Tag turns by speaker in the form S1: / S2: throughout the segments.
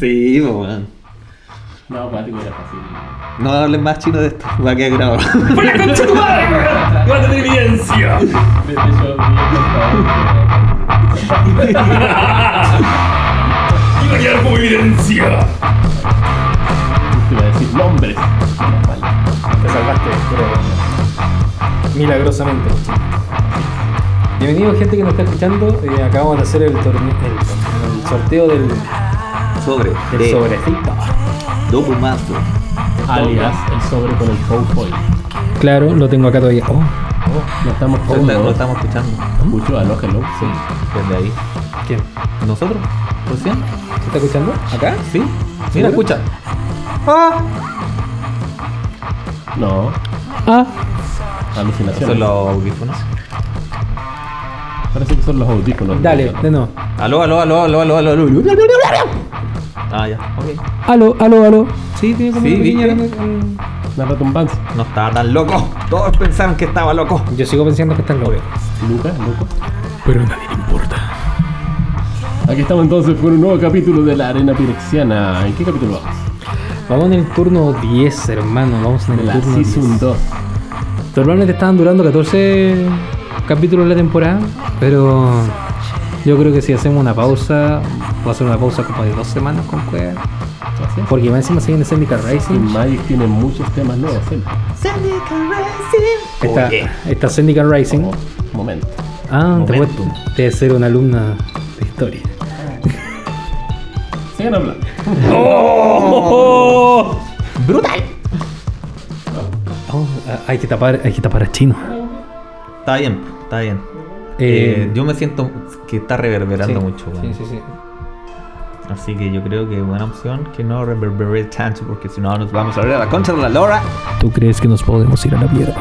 S1: Sí, pues, weón.
S2: No, cuático era fácil.
S1: No hablen más chino de esto, va a quedar grabado.
S3: ¡Por la concha de tu madre, weón! ¡No va a tener evidencia!
S2: De hecho, mi contador,
S3: ¡Y va a quedar como evidencia!
S2: eh, te iba a decir nombres. Menos mal.
S4: Te salvaste, pero milagrosamente. Bienvenidos gente que nos está escuchando. Eh, acabamos de hacer el, torne- el, torneo, el sorteo del, del
S1: Sobre. de
S4: sobrecito.
S1: Documazo.
S2: Alias, el sobre con el cowboy.
S4: Claro, lo tengo acá todavía. Oh,
S2: No estamos
S1: Lo
S2: con
S1: está- lo estamos escuchando.
S2: Mucho aló, hello. Sí.
S1: Desde ahí.
S4: ¿Quién?
S1: ¿Nosotros? ¿Recién?
S4: ¿Se está escuchando? ¿Acá?
S1: ¿Sí? Mira,
S4: ¿Seguro?
S1: escucha.
S4: Ah,
S2: No,
S4: ah.
S1: Esos son
S2: alucinaciones.
S1: los audífonos.
S2: Parece que son los audífonos.
S4: Dale, de nuevo.
S1: Aló, aló, aló, aló, aló, aló, aló. Ah, ya, ok.
S4: Aló, aló, aló. Sí, tiene como
S1: Sí,
S4: una pequeña-
S1: ¿viste?
S4: un-
S2: La retumbancia.
S1: No estaba tan loco. Todos pensaron que estaba loco.
S4: Yo sigo pensando que están locos.
S2: Lucas, loco.
S4: Pero a nadie le importa.
S2: Aquí estamos entonces con un nuevo capítulo de la Arena Pirexiana. ¿En qué capítulo vamos?
S4: Vamos en el turno 10, hermano. Vamos en
S2: De
S4: el
S2: la
S4: turno 10.
S2: Season 2.
S4: Normalmente estaban durando 14 capítulos la temporada, pero yo creo que si hacemos una pausa, va a ser una pausa como de dos semanas con cueva.
S2: Así es.
S4: Porque más encima se viene Zendikar
S2: Y
S4: Racing.
S2: Magic tiene muchos temas nuevos. ¿eh?
S4: Esta,
S1: Oye.
S4: esta Zendikar Racing.
S2: Oh, momento.
S4: Ah, te
S1: Momento.
S4: acuerdas de ser una alumna de historia.
S2: Sigan hablando.
S1: ¡Brutal!
S4: Oh, ah, hay que tapar, hay que tapar a chino.
S1: Está bien, está bien.
S4: Eh,
S1: Eh, yo me siento que está reverberando
S4: sí,
S1: mucho, weón.
S4: Sí, sí, sí.
S1: Así que yo creo que buena opción que no reverbere tanto porque si no nos vamos a ver a la concha de la lora.
S4: ¿Tú crees que nos podemos ir a la mierda?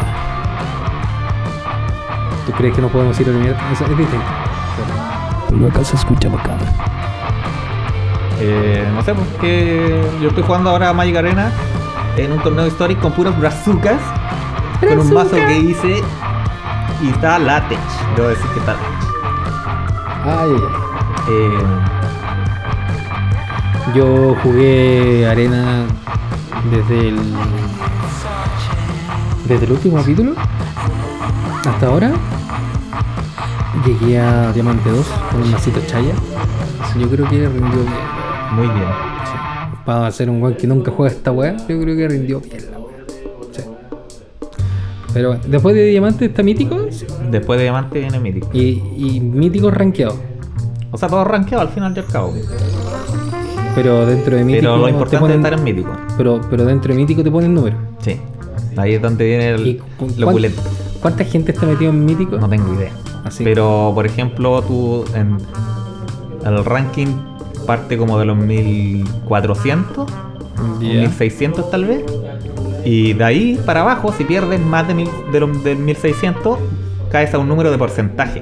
S4: ¿Tú crees que no podemos ir a la mierda? Eso es distinto. Pero acá se escucha bacana.
S1: Eh, no sé, porque yo estoy jugando ahora a Magic Arena en un torneo histórico con puros brazucas. Con un mazo que hice y está latex. Debo decir que está latex.
S4: Ay, ay, ay.
S1: Eh,
S4: Yo jugué arena desde el desde el último capítulo hasta ahora. Llegué a Diamante 2 con un masito chaya. Yo creo que rindió bien.
S1: muy bien.
S4: sí. Para ser un weón que nunca juega esta weá, yo creo que rindió bien la weá. Sí. Pero bueno, después de Diamante está Mítico
S1: Después de Diamante viene Mythic.
S4: y, y Mítico rankeado.
S1: O sea, todo rankeado al final y al cabo.
S4: Pero dentro de Mítico
S1: Pero lo
S4: te
S1: importante
S4: ponen-
S1: es estar en Mythic. weón.
S4: pero, pero dentro de Mítico te ponen números.
S1: Sí. Ahí es donde viene
S4: ¿Y
S1: el, lo
S4: cu- cuán- Ah,
S1: opulento.
S4: ¿Cuánta gente está metida en mítico?
S1: No tengo idea.
S4: Así.
S1: Pero, por ejemplo, tú en el ranking parte como de los 1400,
S4: Ya.
S1: 1600 tal vez. Y de ahí para abajo, si pierdes más de, mil, de los del 1600, caes a un número de porcentaje.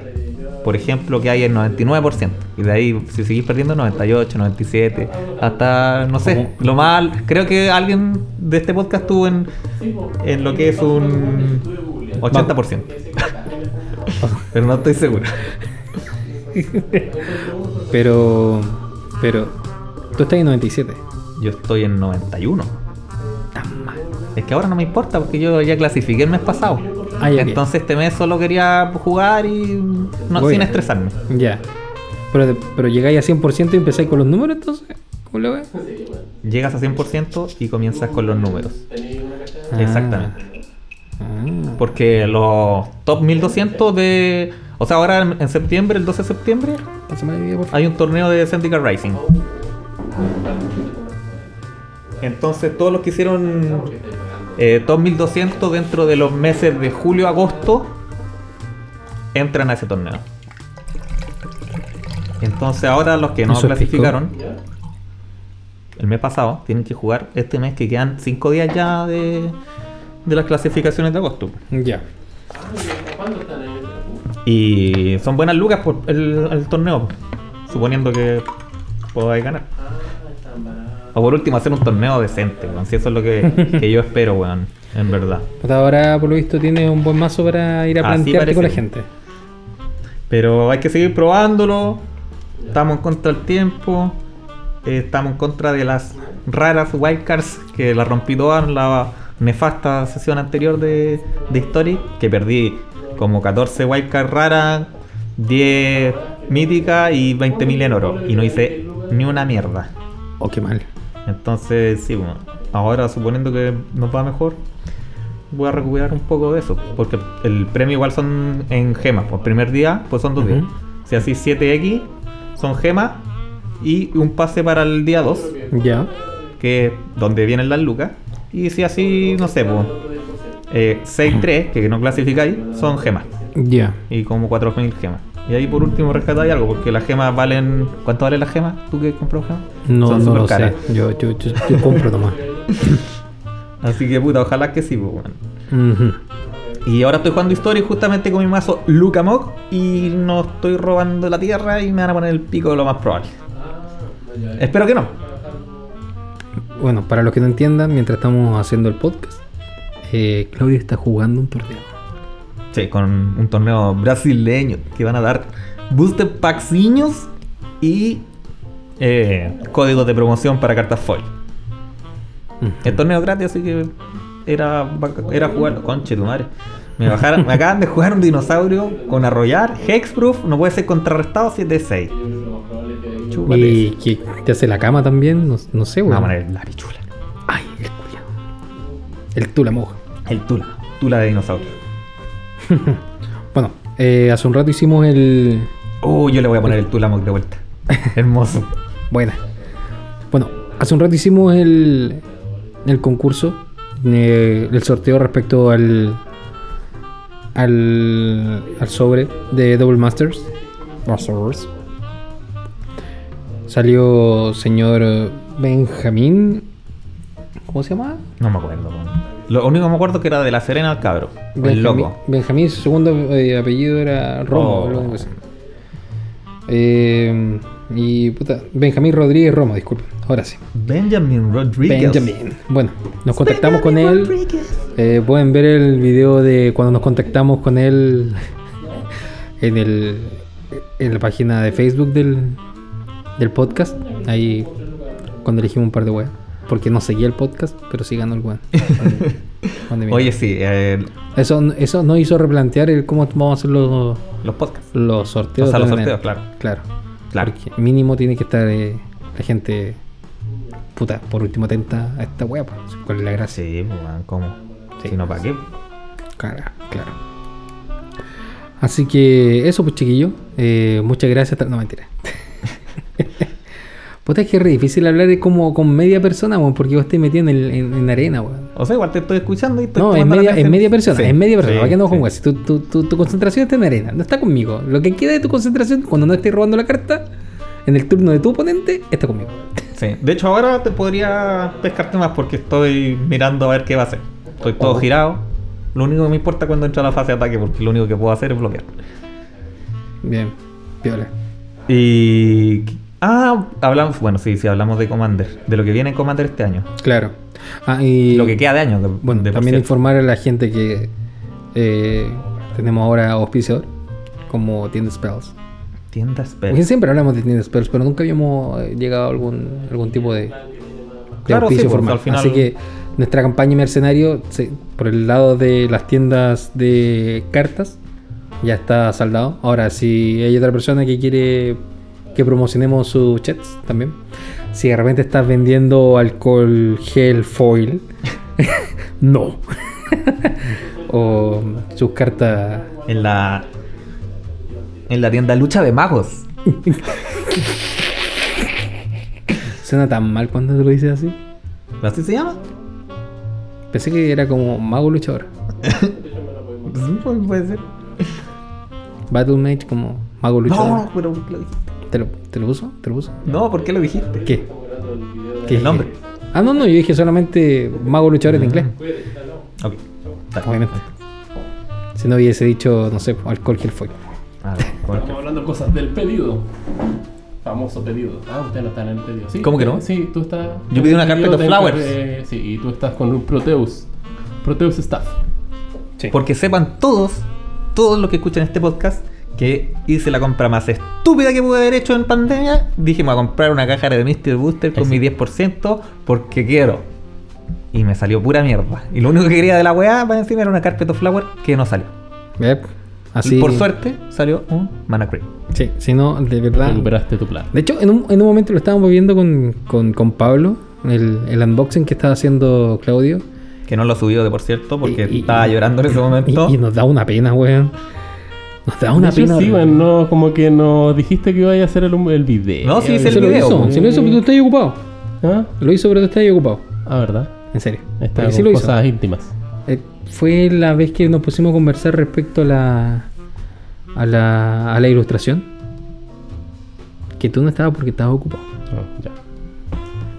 S1: Por ejemplo, que hay el 99%. Y de ahí, si seguís perdiendo, 98, 97, hasta, no sé, lo mal. Creo que alguien de este podcast estuvo en, en lo que es un 80%. Pero no estoy seguro.
S4: Pero. Pero. Tú estás en 97.
S1: Yo estoy en 91. Es que ahora no me importa porque yo ya clasifiqué el mes pasado.
S4: Ah, ya, ok.
S1: Entonces este mes solo quería jugar y no,
S4: Voy.
S1: sin estresarme.
S4: Ya. Pero, pero llegáis a 100% y empezáis con los números entonces. ¿Cómo lo ves?
S1: Llegas a 100% y comienzas con los números.
S4: Ah.
S1: Exactamente.
S4: Ah.
S1: Porque los top 1200 de... O sea, ahora en en septiembre, el 12 de septiembre,
S4: Pásame la bebida, por favor.
S1: hay un torneo de Syndicate Rising. Entonces todos los que hicieron eh, top 1200 dentro de los meses de julio agosto entran a ese torneo. Entonces ahora los que no
S4: Eso es
S1: clasificaron el mes pasado tienen que jugar este mes que quedan 5 días ya de, de las clasificaciones de agosto.
S4: Ya.
S1: Y son buenas lucas por el, el torneo, suponiendo que podáis ganar. O por último, hacer un torneo decente, weón. Si eso es lo que, que yo espero, weón. En verdad.
S4: Hasta ahora, por lo visto, tienes un buen mazo para ir a
S1: Así
S4: plantearte con la
S1: parece.
S4: gente.
S1: Pero hay que seguir probándolo. Estamos en contra el tiempo. eh, estamos en contra de las raras wildcards que la rompí todas en la nefasta sesión anterior de, de History, que perdí como 14 wildcards raras, 10 míticas y 20.000 en oro. Y no hice ni una mierda.
S4: Oh, qué mal.
S1: Entonces, sí, bueno, ahora suponiendo que nos va mejor, voy a recuperar un poco de eso. Porque el premio igual son en gemas. Por primer día, pues son dos días. Si así 7X, son gemas y un pase para el día 2,
S4: Ya.
S1: que es donde vienen las lucas. Y si así, no sé, pues, eh, 6-3, que no clasificáis, son gemas.
S4: Ya.
S1: Y como 4.000 gemas. Y ahí por último rescatáis algo, porque las gemas valen... ¿Cuánto valen las gemas? ¿Tú que compras gemas?
S4: No,
S1: Son
S4: no lo
S1: supercaras.
S4: sé. Yo, yo, yo, yo compro nomás.
S1: Así que puta, ojalá que sí, pues, weón.
S4: Ujú.
S1: Y ahora estoy jugando Story justamente con mi mazo Lucamog y no estoy robando la tierra y me van a poner el pico lo más probable. Espero que no.
S4: Bueno, para los que no entiendan, mientras estamos haciendo el podcast, eh, Claudio está jugando un torneo.
S1: Sí, con un torneo brasileño que van a dar booster packsiños y eh, códigos de promoción para cartas foil. El torneo es gratis, así que era, bac- era jugar. Conche tu madre. Me, bajaron, me acaban de jugar un dinosaurio con arrollar, hexproof, no puede ser contrarrestado si es de 6. Chúpate.
S4: Y que te hace la cama también, no, no sé,
S1: Vamos
S4: weón.
S1: a poner el larichula.
S4: Ay, el culiao. El tula moja.
S1: El Tula. Tula de dinosaurio.
S4: Bueno, eh, hace un rato hicimos el.
S1: Oh, yo le voy a poner el Tula Mock de vuelta. Hermoso.
S4: Buena. Bueno, hace un rato hicimos el, el concurso, eh, el sorteo respecto al, al, al sobre de Double Masters. Masters. Salió señor eh, Benjamín. ¿Cómo se llama?
S1: No me acuerdo. weón. Lo único que me acuerdo que era de la Serena al cabro. El
S4: Benjamín-
S1: loco.
S4: Benjamín, su segundo eh, apellido era Romo.
S1: Oh.
S4: lo único que sé. Eh, y puta, Benjamín Rodríguez Romo, disculpen. Ahora sí.
S1: Benjamin Rodriguez.
S4: Benjamin. Bueno, nos contactamos con él. Eh, pueden ver el video de cuando nos contactamos con él en, el, en la página de Facebook del, del podcast. Ahí cuando elegimos un par de weas. Porque no seguía el podcast, pero sí ganó el weón. Cuando mira.
S1: Oye, sí. eh,
S4: Eso, eso nos hizo replantear el cómo vamos a hacer los,
S1: los podcasts.
S4: los sorteos.
S1: O sea, los
S4: de manera-
S1: sorteos, claro.
S4: Claro.
S1: Claro.
S4: Porque mínimo tiene que estar eh, la gente, puta, por último atenta a esta wea. Pues, ¿Cuál es la gracia?
S1: Sí, pues, weón, ¿cómo?
S4: Sí.
S1: Si no, ¿para qué?
S4: Claro, claro. Así que eso, pues chiquillo. Eh, muchas gracias. tra- No, mentira. Puta, es que es re difícil hablar de como con media persona, weón, porque vos te metí en, el- en- en arena, weón.
S1: O sea, igual te estoy escuchando y estoy
S4: No, en
S1: tomando la
S4: media, en
S1: atención.
S4: media persona,
S1: Sí,
S4: en media persona,
S1: sí,
S4: ¿para qué andamos
S1: sí.
S4: con weas? Si tu, tu- tu- tu concentración está en arena, no está conmigo. Lo que queda de tu concentración cuando no estés robando la carta en el turno de tu oponente, está conmigo.
S1: Sí. De hecho, ahora te podría pescarte más porque estoy mirando a ver qué va a hacer. Estoy todo
S4: Ojo.
S1: girado. Lo único que me importa cuando entro a la fase de ataque, porque lo único que puedo hacer es bloquear.
S4: Bien, piola.
S1: Y. Ah, hablamos. Bueno, sí, sí, hablamos de Commander. De lo que viene en Commander este año.
S4: Claro. Ah, y
S1: Lo que queda de año. de-
S4: Bueno,
S1: de por
S4: también
S1: cierto.
S4: informar a la gente que eh, tenemos ahora auspiciador como Tienda Spells.
S1: Tienda Spell.
S4: Porque siempre hablamos de Tienda Spells, pero nunca habíamos eh, llegado a algún, algún tipo de, de
S1: Claro, sí,
S4: auspicio
S1: porque
S4: formal.
S1: al final-
S4: Así que nuestra campaña mercenario, se- por el lado de las tiendas de cartas, ya está saldado. Ahora, si hay otra persona que quiere que promocionemos sus chats también. Si de repente estás vendiendo alcohol, gel, foil, no. o sus cartas
S1: En la. En la tienda Lucha de Magos.
S4: suena tan mal cuando lo dices así.
S1: ¿Así se llama?
S4: Pensé que era como mago luchador.
S1: Sí, pu- Pues, puede ser.
S4: Battle Mage como mago luchador.
S1: No, pero. lo dijiste.
S4: ¿Te, lo, ¿Te lo puso? ¿Te lo puso?
S1: No, ¿por qué lo dijiste?
S4: ¿Qué? ¿Qué
S1: El nombre. Mm.
S4: dije? Ah, no, no, yo dije solamente mago luchador en inglés.
S1: Ok. Dale.
S4: Obviamente. Si no hubiese dicho, no sé, alcohol gel foil.
S1: A ver, ¿cómo
S2: Estamos hablando cosas del pedido. Famoso pedido. Ah, usted no está en el pedido. ¿Sí?
S1: ¿Cómo que no?
S2: Sí, tú estás.
S1: Yo pedí una carpet
S2: Yo
S1: of
S2: te
S1: flowers.
S2: encargué- Sí, y tú estás con un Proteus. Proteus Staff.
S1: Porque sepan todos, todos los que escuchan este podcast, que hice la compra más estúpida que pude haber hecho en pandemia. Dije, me voy a comprar una caja de Mr. Booster con mi 10% porque quiero. Y me salió pura mierda. Y lo único que quería de la weá para encima era una Carpet of Flower que no salió.
S4: Yep. Así.
S1: Y por suerte salió un Mana Cream.
S4: Sí, si no, de verdad.
S2: Recuperaste tu plata.
S4: De hecho, en un, en un momento lo estábamos viendo con, con, con Pablo, el, el unboxing que estaba haciendo Claudio.
S1: Que no lo subió de por cierto porque
S4: Y- y-
S1: estaba llorando en ese
S4: Y,
S1: momento.
S4: y nos da una pena, weón. Nos
S1: Ah,
S4: da una
S2: De hecho,
S4: pena.
S2: Sí, weón,
S4: weón.
S2: no, como que nos dijiste que iba a hacer el, el video.
S1: No, sí, hice
S4: Se
S1: el
S4: lo
S1: video,
S4: hizo,
S1: weón.
S4: se lo hizo, pero tú estás ahí ocupado.
S2: ¿Ah?
S4: Lo hizo, pero tú estás ahí ocupado.
S2: ah, verdad.
S4: En serio.
S2: Está
S4: Porque
S2: con
S4: sí lo hizo.
S2: cosas íntimas.
S4: Eh, fue la vez que nos pusimos a conversar respecto a la, a la, a la ilustración. Que tú no estabas porque estabas ocupado.
S2: Ah, ya.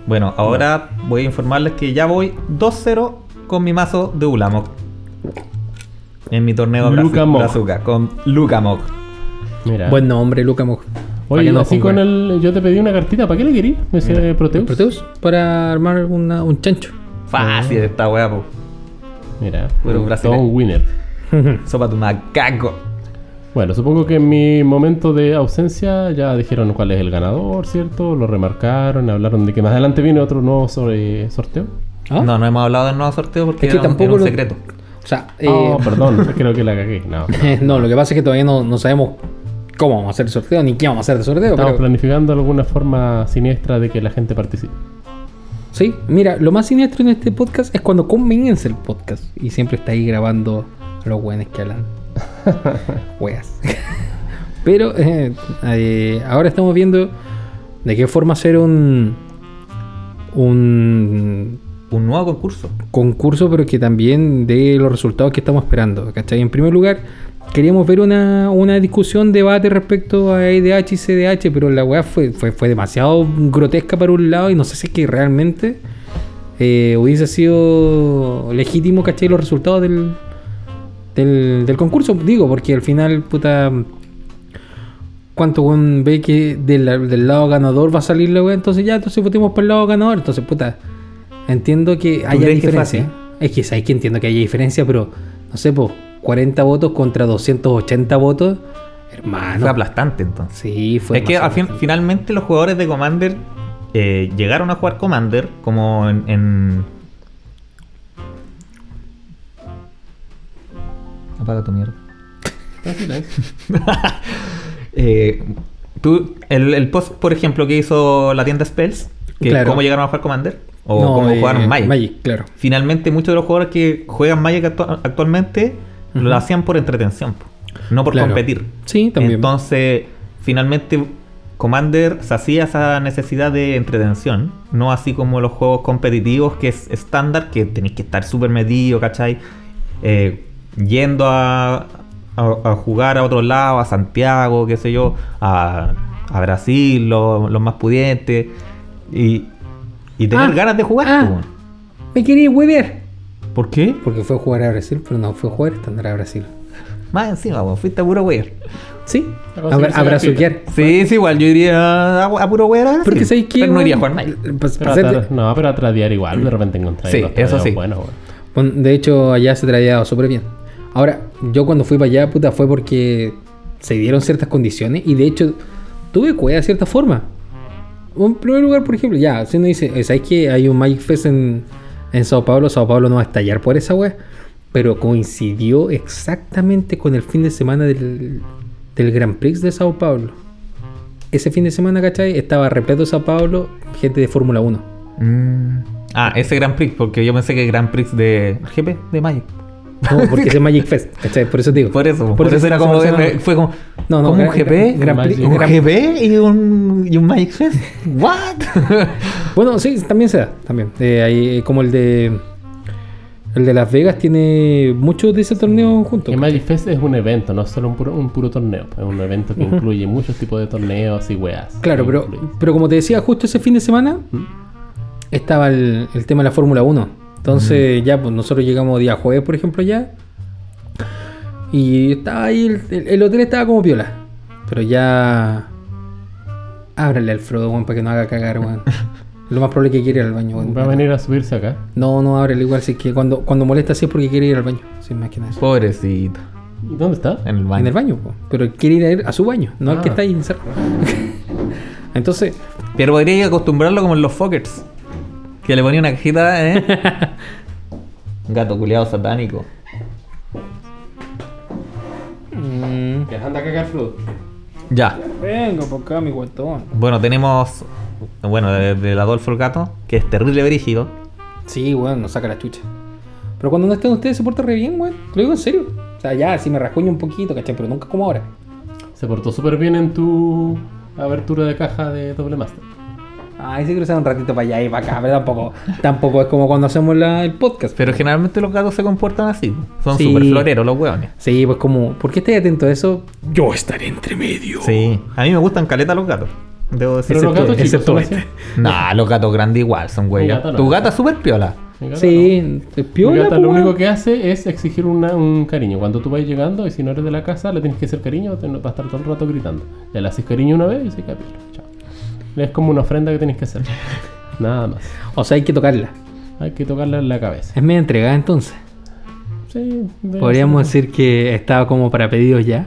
S1: Bueno, ahora voy a informarles que ya voy 2-0 con mi mazo de Ulamog. En mi torneo Brazu-
S2: Luca Mock.
S1: Brazuca, con Luca Mock.
S2: Mira.
S4: Buen nombre, Luca Moj.
S2: Oye, así con el. Yo te pedí una cartita. ¿Para qué le querí? Me decía eh, Proteus.
S4: Proteus para armar una- un chancho.
S1: Fácil
S4: Ah.
S1: esta weá, po.
S2: Mira.
S1: Bueno,
S2: un-
S1: Brasil.
S2: todo un winner.
S1: Sopa tu macaco.
S2: Bueno, supongo que en mi momento de ausencia ya dijeron cuál es el ganador, ¿cierto? Lo remarcaron, hablaron de que más adelante viene otro nuevo sobre- sorteo.
S4: ¿Ah?
S1: No, no hemos hablado del nuevo sorteo porque
S4: Es que
S1: era un-
S4: tampoco
S1: era un
S4: lo-
S1: secreto.
S4: O sea, eh,
S2: Oh, perdón, creo que la cagué. No,
S4: no, lo que pasa es que todavía no, no sabemos cómo vamos a hacer el sorteo ni qué vamos a hacer el sorteo.
S2: estamos
S4: pero-
S2: planificando alguna forma siniestra de que la gente participe.
S4: Sí, mira, lo más siniestro en este podcast es cuando convenience el podcast y siempre está ahí grabando a los weones que hablan. Weas. Pero eh, eh, ahora estamos viendo de qué forma hacer un un
S1: Un nuevo concurso.
S4: concurso, pero que también de los resultados que estamos esperando. ¿Cachai? En primer lugar, queríamos ver una, una discusión, debate respecto a IDH y CDH, pero la weá fue, fue, fue demasiado grotesca para un lado y no sé si es que realmente eh, hubiese sido legítimo, ¿cachai? Los resultados del, del, del concurso, digo, porque al final, puta. Cuánto weón ve que del, del lado ganador va a salir la weá, entonces ya, entonces votemos por el lado ganador, entonces puta. Entiendo que haya
S1: crees que es
S4: diferencia. es que sabes que entiendo que haya diferencia, pero no sé, pues 40 votos contra 280 votos,
S1: Fue
S4: hermano.
S1: aplastante entonces.
S4: Sí, fue.
S1: es que al fin-
S4: demasiado.
S1: finalmente los jugadores de Commander eh, llegaron a jugar Commander como en, en- Apaga tu mierda. Eh, tú, el, el post, por ejemplo, que hizo la tienda Spells, que
S4: Claro.
S1: cómo llegaron a jugar Commander, o
S4: No,
S1: cómo
S4: eh,
S1: jugaron Magic.
S4: claro.
S1: Finalmente, muchos de los jugadores que juegan Magic actu- actualmente lo hacían por entretención, po, no por
S4: Claro.
S1: competir.
S4: Sí, también.
S1: Entonces, finalmente, Commander sacía esa necesidad de entretención, no así como los juegos competitivos que es estándar, que tenéis que estar súper metido, ¿cachai? Eh, yendo a, a- a jugar a otro lado, a Santiago, qué sé yo, a, a Brasil, lo- los más pudientes, y, y tener
S4: Ah,
S1: ganas de jugar.
S4: ah.
S1: po, weón.
S4: Me quería huevear.
S1: ¿Por qué?
S4: Porque fue a jugar a Brasil, pero no fue a jugar estándar a Brasil.
S1: Más encima, weón, fuiste a puro wear.
S4: Sí, a,
S2: La cosa que se
S4: a
S2: la
S4: brazuquear.
S1: Sí, sí, igual, yo iría a, a puro wear. a
S4: Porque
S1: Brasil,
S4: sabéis que.
S1: Pero no
S4: weón, Pues, eh,
S1: iría a jugar Magic.
S4: pa- pa-
S2: Pero
S4: hacer-
S2: a tra- no, pero a tradear igual, de repente encontráis
S1: Sí,
S2: unos
S1: eso
S2: tradeos
S1: sí.
S2: buenos, weón.
S4: Bueno, de hecho, allá se traía súper bien. Ahora, yo cuando fui para allá, puta, fue porque se dieron ciertas condiciones y de hecho tuve cueva de cierta forma. En primer lugar, por ejemplo, ya, si uno dice, eh, ¿sabes que hay un Magic Fest en, en Sao Paulo? Sao Paulo no va a estallar por esa wea. Pero coincidió exactamente con el fin de semana del, del Grand Prix de Sao Paulo. Ese fin de semana, ¿cachai? Estaba repleto Sao Paulo, gente de Fórmula 1.
S1: Mm. Ah, ese Grand Prix, porque yo pensé que Grand Prix de GP, de Magic.
S4: No, porque ese Magic Fest, ¿cachai? Por eso te digo.
S1: Por eso, por, eso, era
S4: esa
S1: como,
S4: persona-
S1: me- fue como,
S4: No, no,
S1: como un
S4: Gran-
S1: GP,
S4: Gran-
S2: Gran Prix-
S1: un
S4: Gran-
S1: GP y un, y un Magic Fest. What?
S4: Bueno, sí, también se da, también. Eh, hay, como el de el de Las Vegas tiene muchos de ese torneo juntos.
S2: Que Magic Fest es un evento, no es solo un puro, un puro torneo. pues, Es un evento que incluye muchos tipos de torneos y weas.
S4: Claro, pero,
S2: Incluye.
S4: pero como te decía, justo ese fin de semana estaba el, el tema de la Fórmula 1. Entonces ya pues, nosotros llegamos día jueves, por ejemplo, ya. Y estaba ahí, el, el- el hotel estaba como piola. Pero ya... Ábrale al Frodo, weón, para que no haga cagar, weón. Lo más probable es que quiera ir al baño, weón.
S2: Va a venir a subirse acá.
S4: No, no, ábrele igual, si es que cuando, cuando molesta sí es porque quiere ir al baño, sin más que nada.
S1: Pobrecito.
S2: ¿Y dónde está?
S1: En el baño.
S4: en el baño, po. pero quiere ir a, él- a su baño, no al que
S2: Ah.
S4: está ahí encerrado. Entonces,
S1: Pero podría acostumbrarlo como en los Fockers. Que le ponía una cajita, ¿eh? Gato culiado satánico.
S2: Que anda a cagar Flood.
S1: Ya.
S4: vengo por acá, mi guatón.
S1: Bueno, tenemos. Bueno, de- del Adolfo el gato, que es terrible brígido.
S4: Sí, weón, nos saca la chucha. Pero cuando no estén ustedes se porta re bien, weón. Te lo digo en serio. O sea, ya, si me rascuño un poquito, ¿cachai? Pero nunca como ahora.
S2: Se portó súper bien en tu abertura de caja de doble master.
S4: Ay, se cruzan un ratito para allá y para acá, pero tampoco, tampoco es como cuando hacemos la- el podcast.
S1: Pero generalmente los gatos se comportan así. Son
S4: Sí.
S1: súper floreros los hueones.
S4: Sí, pues como, ¿por qué estáis atento a eso?
S3: Yo estaré entre medio.
S1: Sí. A mí me gustan caleta los gatos. Debo decir.
S2: Pero los gatos chicos
S4: excepto
S2: son
S4: este.
S2: así.
S1: Nah, los gatos grandes igual son
S2: Mi
S1: huellas.
S2: gato no.
S1: Tu gata es súper piola.
S2: Mi gato no.
S4: Sí, es
S2: Mi
S4: piola,
S2: gata
S4: po,
S2: lo
S4: weón.
S2: único que hace es exigir una- un cariño. Cuando tú vas llegando y si no eres de la casa, le tienes que hacer cariño, te- va a estar todo el rato gritando. Ya le haces cariño una vez y se cae. piola. Chao. Es como una ofrenda que tienes que hacer. Nada más.
S4: O sea, hay que tocarla.
S2: Hay que tocarle en la cabeza.
S5: Es media entregada entonces.
S2: Sí, debe
S5: Podríamos
S2: ser.
S5: decir que estaba como para pedidos ya.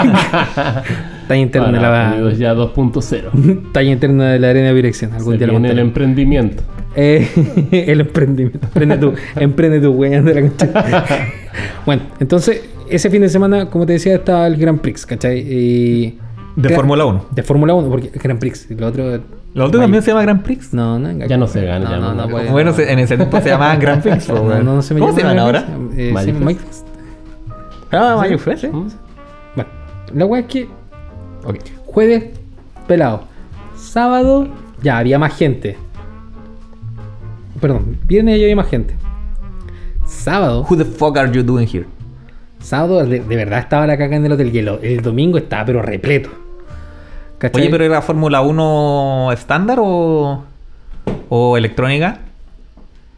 S4: Está interna,
S2: Para
S4: la,
S2: Unidos ya 2.0.
S4: está interna de la arena dirección. Algún
S2: Se
S4: día lo
S2: viene el em-
S4: contaré.
S2: emprendimiento.
S4: Eh, el emprendimiento. Emprende tu, emprende tu weón de la concha. bueno, entonces, ese fin de semana, como te decía, estaba el Grand Prix, ¿cachai? Y-
S1: De
S4: Gra-
S1: Fórmula 1.
S4: De Fórmula 1, porque Grand Prix, lo otro.
S1: ¿La otra también se llama Grand Prix?
S4: No, no,
S2: Ya no se gana,
S4: No,
S2: ya
S4: no,
S2: no.
S4: no, puede-
S1: Bueno, se- en ese tiempo se llamaban Grand Prix. po,
S4: no,
S1: weón.
S4: no, no se me
S1: ¿Cómo se
S4: llama
S1: llaman
S4: Grand
S1: ahora?
S4: Prix. Eh, se llama
S2: Manifest.
S4: Manifest.
S1: Ah, Mario Fresh.
S4: ¿Eh?
S2: ¿Mm?
S4: Bueno, la weá es que
S1: Ok.
S4: jueves pelado. Sábado ya había más gente. Perdón, viernes ya había más gente. Sábado,
S1: Who the fuck are you doing here?
S4: sábado de, de verdad estaba la caca en el hotel hielo. El domingo estaba pero repleto. ¿Cachai?
S1: Oye, pero ¿era Fórmula 1 estándar o, o electrónica?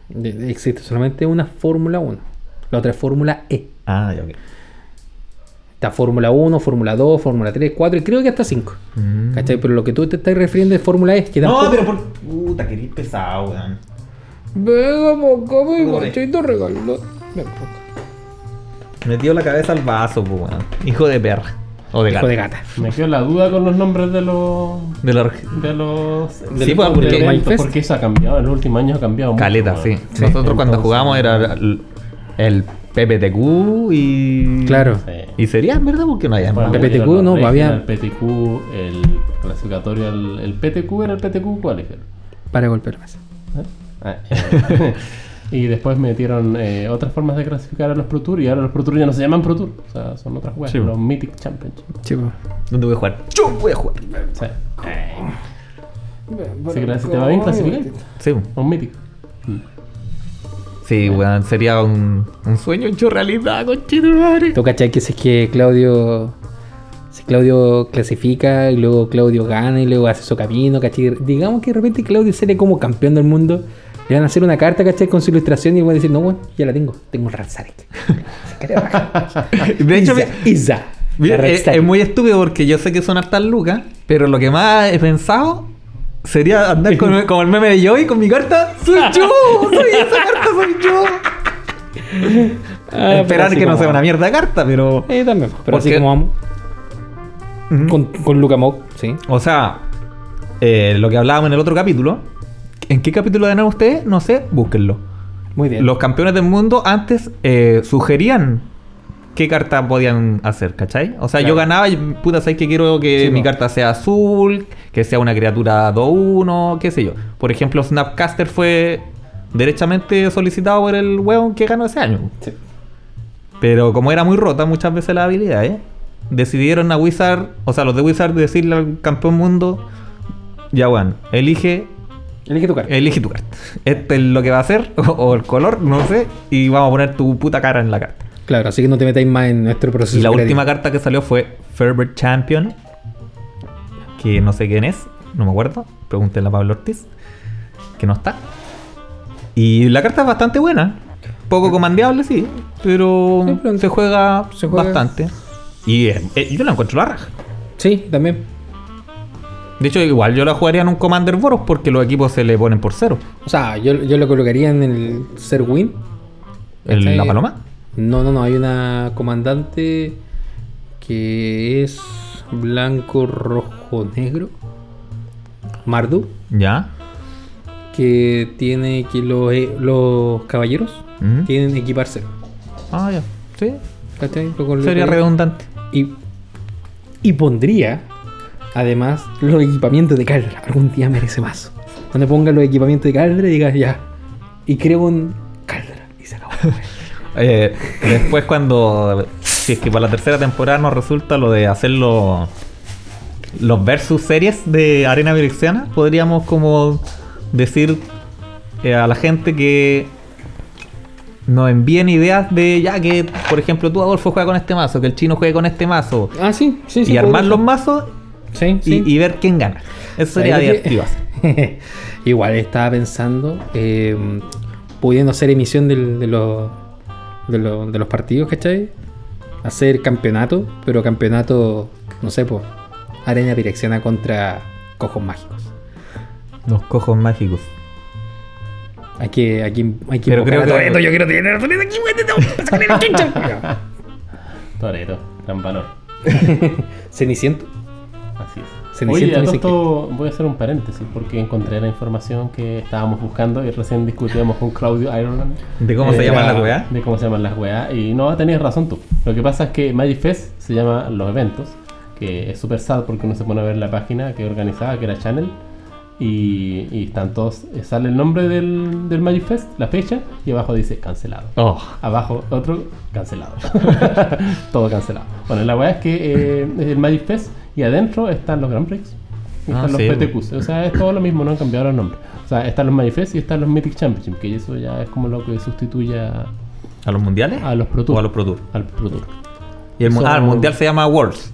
S4: De- de- Existe solamente una Fórmula 1. La otra es Fórmula E.
S1: Ah, ya, ok.
S4: Está Fórmula 1, Fórmula 2, Fórmula 3, 4 y creo que hasta 5.
S1: Mm.
S4: ¿Cachai? Pero lo que tú te estás refiriendo es Fórmula E. Que
S1: No,
S4: tampoco-
S1: pero por. Puta, que eres pesado, weón.
S4: Venga, moco,
S1: Corre.
S4: mi guachito regaló. Ven, moco.
S1: Metió la cabeza al vaso, po, weón. Hijo de perra. O de
S4: Hijo
S1: gato.
S4: de gata.
S2: Me quedó la duda con los nombres de los.
S1: De la reg-
S2: De los.
S1: Sí,
S2: de
S1: pues,
S2: los
S1: porque-
S2: eventos,
S4: Manifest.
S2: porque eso ha cambiado. En los últimos años ha cambiado
S1: Caleta,
S2: mucho.
S1: sí.
S2: weón.
S1: Nosotros cuando jugábamos era el, el PPTQ y.
S4: Claro.
S2: Sí.
S1: Y sería, en ¿verdad? Porque no había más.
S2: Bueno,
S4: PPTQ,
S2: eran los
S4: no,
S2: regional,
S4: había-
S2: El PTQ, el clasificatorio, el, el PTQ era el PTQ Qualifier.
S4: Para golpear mesa.
S2: ¿Eh? Ah, y después metieron eh, otras formas de clasificar a los Pro Tour y ahora los Pro Tour ya no se llaman Pro Tour, o sea, son otras weas,
S1: Sí.
S2: los Mythic Championship.
S4: Chico.
S1: ¿Dónde voy a jugar? Yo voy a jugar.
S2: Sí. Así que si te va bien clasificar
S1: Sí,
S2: a un Mythic.
S1: sí weón. Sería un, un sueño hecho realidad, conchito madre.
S4: Tú cachai que si es que Claudio. Si Claudio clasifica y luego Claudio gana y luego hace su camino, ¿cachai? Digamos que de repente Claudio sale como campeón del mundo. Le van a hacer una carta, ¿cachai? Con su ilustración y van a decir, no, bueno, ya la tengo. Tengo el Razzarek.
S1: De hecho,
S4: Isa,
S1: me-
S4: Isa.
S1: Mira,
S4: La
S1: es,
S4: Razzarek.
S1: es muy estúpido porque yo sé que son hartas lucas, pero lo que más he pensado sería andar con, como el meme de Joey con mi carta. ¡Soy yo! ¡Soy esa carta, soy yo!
S4: Ah, pero
S1: Esperar
S4: así
S1: que no
S4: como
S1: sea una
S4: vamos.
S1: mierda de carta, pero.
S4: Eh, también. Pero así
S1: Porque- ¿Mm?
S4: como vamos. Con, con Luca Mock, sí.
S1: O sea, eh, lo que hablábamos en el otro capítulo. ¿En qué capítulo ganan ustedes? No sé, búsquenlo.
S4: Muy bien.
S1: Los campeones del mundo antes eh, sugerían qué carta podían hacer, ¿cachai? O sea, yo ganaba y puta, ¿sabes que quiero que
S4: Sí,
S1: mi
S4: po.
S1: carta sea azul, que sea una criatura 2-1, qué sé yo? Por ejemplo, Snapcaster fue derechamente solicitado por el weón que ganó ese año.
S4: Sí.
S1: Pero como era muy rota muchas veces la habilidad, ¿eh? Decidieron a Wizard, o sea, los de Wizard decirle al campeón mundo, ya weón, elige
S4: Elige tu carta.
S1: Elige tu carta. Este es lo que va a hacer, o, o el color, no sé, y vamos a poner tu puta cara en la carta.
S4: Claro, así que no te metáis más en nuestro proceso.
S1: Y la
S4: creativo.
S1: última carta que salió fue Ferber Champion, que no sé quién es, no me acuerdo, pregúntenle a Pablo Ortiz, que no está. Y la carta es bastante buena, poco comandeable, sí, pero,
S4: Sí, pero
S1: se, juega
S4: se juega.
S1: bastante. Y eh, eh, yo la encuentro la raja.
S4: Sí, también.
S1: De hecho, igual yo la jugaría en un Commander Boros porque los equipos se le ponen por cero.
S4: O sea, yo, yo lo colocaría en el ser win.
S1: ¿En
S4: ¿Cachai?
S1: la paloma?
S4: No, no, no, hay una comandante que es blanco, rojo, negro. Mardu,
S1: ¿Ya?
S4: que tiene que los, eh, los caballeros
S1: ¿Mm?
S4: tienen que equiparse.
S1: Ah, ya. Sí.
S4: ¿Cachai? Lo- con lo
S1: Sería
S4: que-
S1: redundante.
S4: y, y pondría, además, los equipamientos de Caldra. Algún día merece más. Donde ponga los equipamientos de Caldra y diga ya. Y creo un Caldra. Y se acabó.
S1: Eh, después cuando, si es que para la tercera temporada nos resulta lo de hacer los, los versus series de Arena Virexiana, podríamos como decir eh, a la gente que nos envíen ideas de ya que, por ejemplo, tú Adolfo juega con este mazo, que el chino juegue con este mazo,
S4: ah, sí, sí, sí.
S1: y armar
S4: podría
S1: los
S4: ser.
S1: mazos
S4: Sí,
S1: y,
S4: sí.
S1: y ver quién gana. Eso sería
S4: Ahí lo que-
S1: divertido. así.
S4: Igual estaba pensando, eh, pudiendo hacer emisión del- de, los, de, los- de los partidos, ¿cachai? Hacer campeonato, pero campeonato, no sé, pues, arena direcciona contra cojos mágicos.
S1: Los cojos mágicos.
S4: Hay que, hay que, hay que
S1: Pero
S4: invocar
S1: creo
S4: a
S1: que-
S4: Toreto, yo quiero tener a Toreto aquí, güey, te tengo que sacar el quincha.
S2: Toreto, campanor.
S4: Ceniciento.
S2: Así es.
S4: Ceniciento
S2: Oye, a
S4: dice
S2: todo esto voy a hacer un paréntesis porque encontré la información que estábamos buscando y recién discutíamos con Claudio Ironman.
S1: ¿De cómo se
S2: Eh,
S1: llaman
S2: la-
S1: las weas?
S2: De cómo se llaman las weas. Y no, tenías razón tú. Lo que pasa es que Magic Fest se llama los eventos, que es súper sad porque uno se pone a ver la página que organizaba, que era Channel. Y, y están todos, eh, sale el nombre del, del Magic Fest, la fecha, y abajo dice cancelado.
S1: Oh.
S2: Abajo otro, cancelado. Todo cancelado. Bueno, la weá es que eh, es el Magic Fest y adentro están los Grand Prix. Y
S1: Ah,
S2: están los
S1: sí,
S2: PTQs. O sea, es todo lo mismo, no han cambiado los nombres. O sea, están los Magic Fest y están los Mythic Championship, que eso ya es como lo que sustituye a-
S1: ¿A los mundiales?
S2: a los Pro Tour.
S1: o a los Pro Tour.
S2: Al Pro Tour.
S1: Y el, mu-
S2: Son-
S1: ah, el mundial se llama Worlds.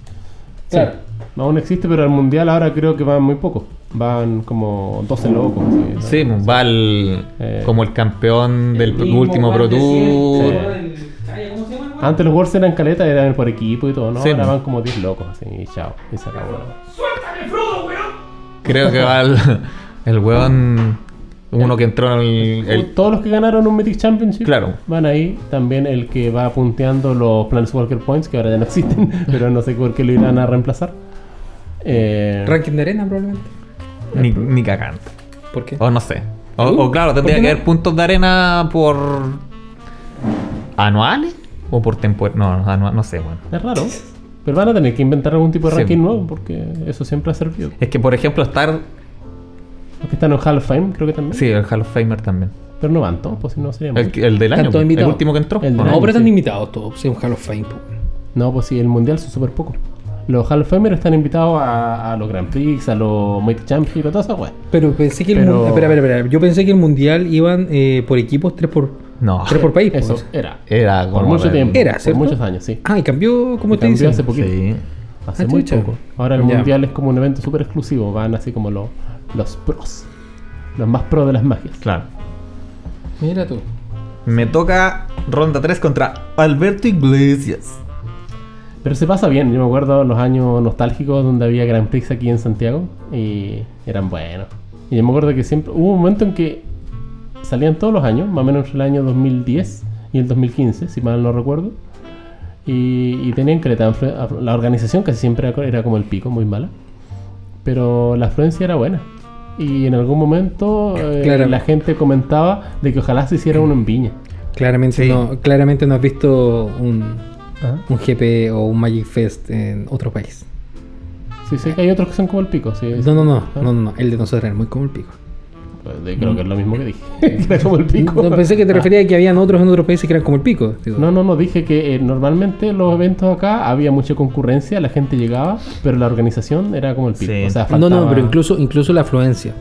S2: Claro. Aún existe, pero al mundial ahora creo que van muy pocos. Van como 12 locos. así que, ¿no?
S1: Sí, pues, va el-
S2: Eh,
S1: como el campeón del último Pro Tour.
S2: Antes los Worlds eran caleta, eran por equipo y todo, ¿no?
S1: Sí.
S2: Ahora van como 10 locos, así, y chao. Y se acabó.
S1: Creo que va el, el weón, uno que entró en el... el-
S2: Todos los que ganaron un Mythic Championship
S1: Claro.
S2: van ahí. También el que va punteando los Planeswalker Points, que ahora ya no existen, pero no sé por qué lo irán a reemplazar.
S1: Ah.
S2: Eh,
S4: Ranking de arena, probablemente.
S1: ni, ni cagando.
S4: ¿Por qué?
S1: O no sé. O, o claro, tendría que haber puntos de arena por... ¿Anuales? ¿O por temporada? No, no, anua- no sé, bueno.
S2: es raro. Pero van a tener que inventar algún tipo de
S1: Sí.
S2: ranking nuevo, porque eso siempre ha servido.
S1: Es que, por ejemplo, estar...
S2: Los que están en Hall of Fame, creo que también.
S1: Sí, el Hall of Famer también.
S2: Pero no van todos, pues si no sería
S1: El,
S2: mucho.
S1: el del año,
S4: Están todos
S1: el
S4: invitados.
S1: último que entró.
S2: El
S1: ¿o
S2: del
S1: no?
S4: No,
S2: año.
S4: pero
S2: sí.
S4: están invitados todos. Sí, un Hall of Fame. po.
S2: No, pues sí, el mundial son súper pocos. Los Hall of Famers están invitados a, a los Grand Prix, a los Mighty Championship, a todas esas weas.
S4: Pero pensé que el
S2: Pero-
S4: mun- espera, espera, espera. Yo pensé que el mundial iban eh, por equipos, tres por,
S1: No.
S4: tres por país.
S2: Eso
S4: pues.
S2: era.
S1: Era como...
S2: Por mucho
S1: del-
S2: tiempo.
S4: Era,
S2: por
S4: ¿cierto?
S2: muchos años, sí.
S4: Ah, y cambió, como
S2: Y
S4: te
S2: cambió
S4: dicen?
S2: hace poquito.
S1: Sí.
S2: Hace
S4: Ah,
S2: muy
S4: chucha.
S2: poco. Ahora el
S4: Ya.
S2: mundial es como un evento súper exclusivo. Van así como los, los pros. Los más pros de las magias.
S1: Claro.
S4: Mira tú.
S1: Me toca ronda 3 contra Alberto Iglesias.
S2: Pero se pasa bien. Yo me acuerdo los años nostálgicos donde había Grand Prix aquí en Santiago y eran buenos. Y yo me acuerdo que siempre hubo un momento en que salían todos los años, más o menos entre el año 2010 y el 2015, si mal no recuerdo. Y, y tenían caleta. de aflu- La organización casi siempre era como el pico, muy mala. Pero la afluencia era buena. Y en algún momento eh,
S4: Claro.
S2: la gente comentaba de que ojalá se hiciera uno en Viña.
S4: Claramente,
S1: Sí.
S4: no, claramente no has visto un, un GP o un Magic Fest en otro país.
S2: Sí, sé que hay otros que son como el pico. Sí,
S4: No, no, no, no, no, no. El de nosotros era muy como el pico.
S2: Pues, de- creo que es lo mismo que dije. Que era como el pico.
S4: No, pensé que te refería a que habían otros en otros países que eran como el pico. Digo,
S2: No, no, no, dije que eh, normalmente los eventos acá había mucha concurrencia, la gente llegaba, pero la organización era como el pico.
S1: Sí.
S2: O sea,
S4: no,
S2: faltaba...
S4: no, pero incluso, incluso la afluencia.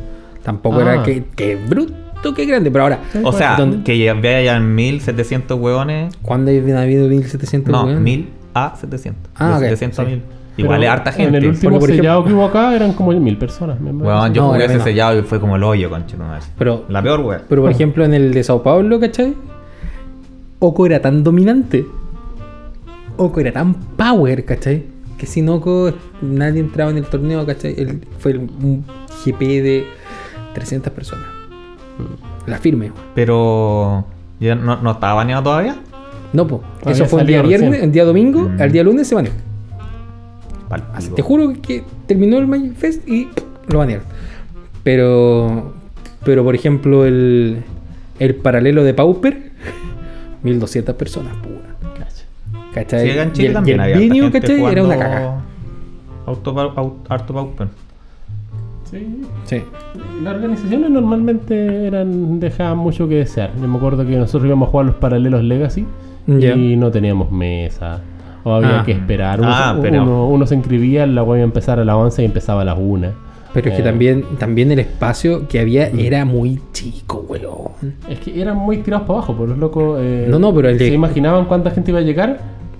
S4: Tampoco
S2: Ah.
S4: era que, que bruto, que grande. Pero ahora,
S1: O sea,
S4: ¿dónde-
S1: que ya vayan 1700 hueones.
S4: ¿cuándo habían habido 1700
S1: No,
S4: weones?
S1: 1000 a 700.
S4: Este Ah,
S1: De
S4: ok,
S1: 700 a
S4: sí.
S1: 1000.
S2: Pero
S1: Igual es harta
S2: En
S1: gente.
S2: el último
S4: Porque, por
S2: sellado que hubo acá eran como mil personas. me parece.
S1: Weón, yo
S4: No,
S1: jugué
S4: era
S1: ese
S4: menos.
S1: sellado y fue como el hoyo, concha tu madre.
S4: Pero-
S1: La peor, weón.
S4: Pero por ejemplo, en el de Sao Paulo, ¿cachai? Oco era tan dominante. Oco era tan power, ¿cachai? Que sin Oco nadie entraba en el torneo, ¿cachai? El- fue el- un GP de 300
S2: Mm.
S4: personas. La firme.
S1: Pero. ¿ya no, no estaba baneado todavía?
S4: No, po.
S2: Había
S4: Eso fue el día
S2: salido
S4: viernes,
S2: recién.
S4: el día domingo,
S1: Mm.
S4: al día lunes se baneó.
S1: Pal pico.
S4: Ah, Te juro que terminó el Manifest y lo banearon. Pero, pero por ejemplo, el, el paralelo de Pauper, 1200 personas, po, weón.
S2: Cacha.
S4: ¿Cachai?
S1: Sí, acá en
S4: Y
S1: Chile
S4: el- y
S1: también
S4: el
S1: había harta
S4: Vinio,
S1: gente
S4: ¿cachai? Era una
S1: jugando
S4: caca.
S1: autopau- au- harto pauper.
S2: Sí.
S4: Sí.
S2: Las organizaciones normalmente eran dejaban mucho que desear. Yo me acuerdo que nosotros íbamos a jugar los paralelos Legacy
S4: Ya.
S2: y no teníamos mesa. O había
S4: Ah.
S2: que esperar. Uno,
S1: Ah,
S2: uno-
S1: pero-
S2: uno, se inscribía, la web iba a empezar a las 11 y empezaba a las 1.
S4: Pero es que
S2: Eh.
S4: también, también el espacio que había
S1: Mm.
S4: era muy chico, weón.
S2: Es que eran muy tirados para abajo, por los locos. eh,
S4: No, no, pero el de-
S2: Se imaginaban cuánta gente iba a llegar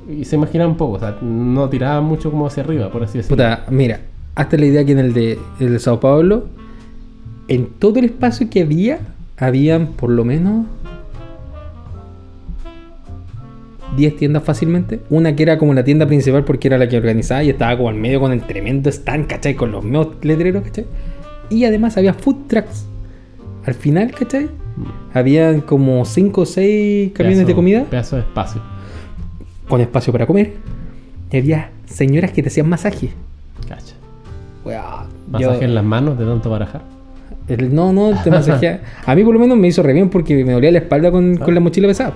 S2: y se imaginaban poco. O sea, no tiraban mucho como hacia arriba, por así decirlo.
S4: Puta, mira, hasta la idea que en el de, el de Sao Paulo, en todo el espacio que había, habían por lo menos 10 tiendas fácilmente. Una que era como la tienda principal porque era la que organizaba y estaba como al medio con el tremendo stand, ¿cachai? Con los meos letreros, ¿cachai? Y además había food trucks. Al final, ¿cachai? Habían como 5 o 6 camiones
S2: Mm. Pedazo-
S4: de comida
S2: Pedazo de espacio.
S4: con espacio para comer. Y había señoras que te hacían masaje.
S2: Cacha.
S4: Weá,
S2: Masaje
S4: yo-
S2: en las manos de tanto barajar.
S4: el- no, no, te masajea. A mí por lo menos me hizo re bien porque me dolía la espalda con, con la mochila pesada.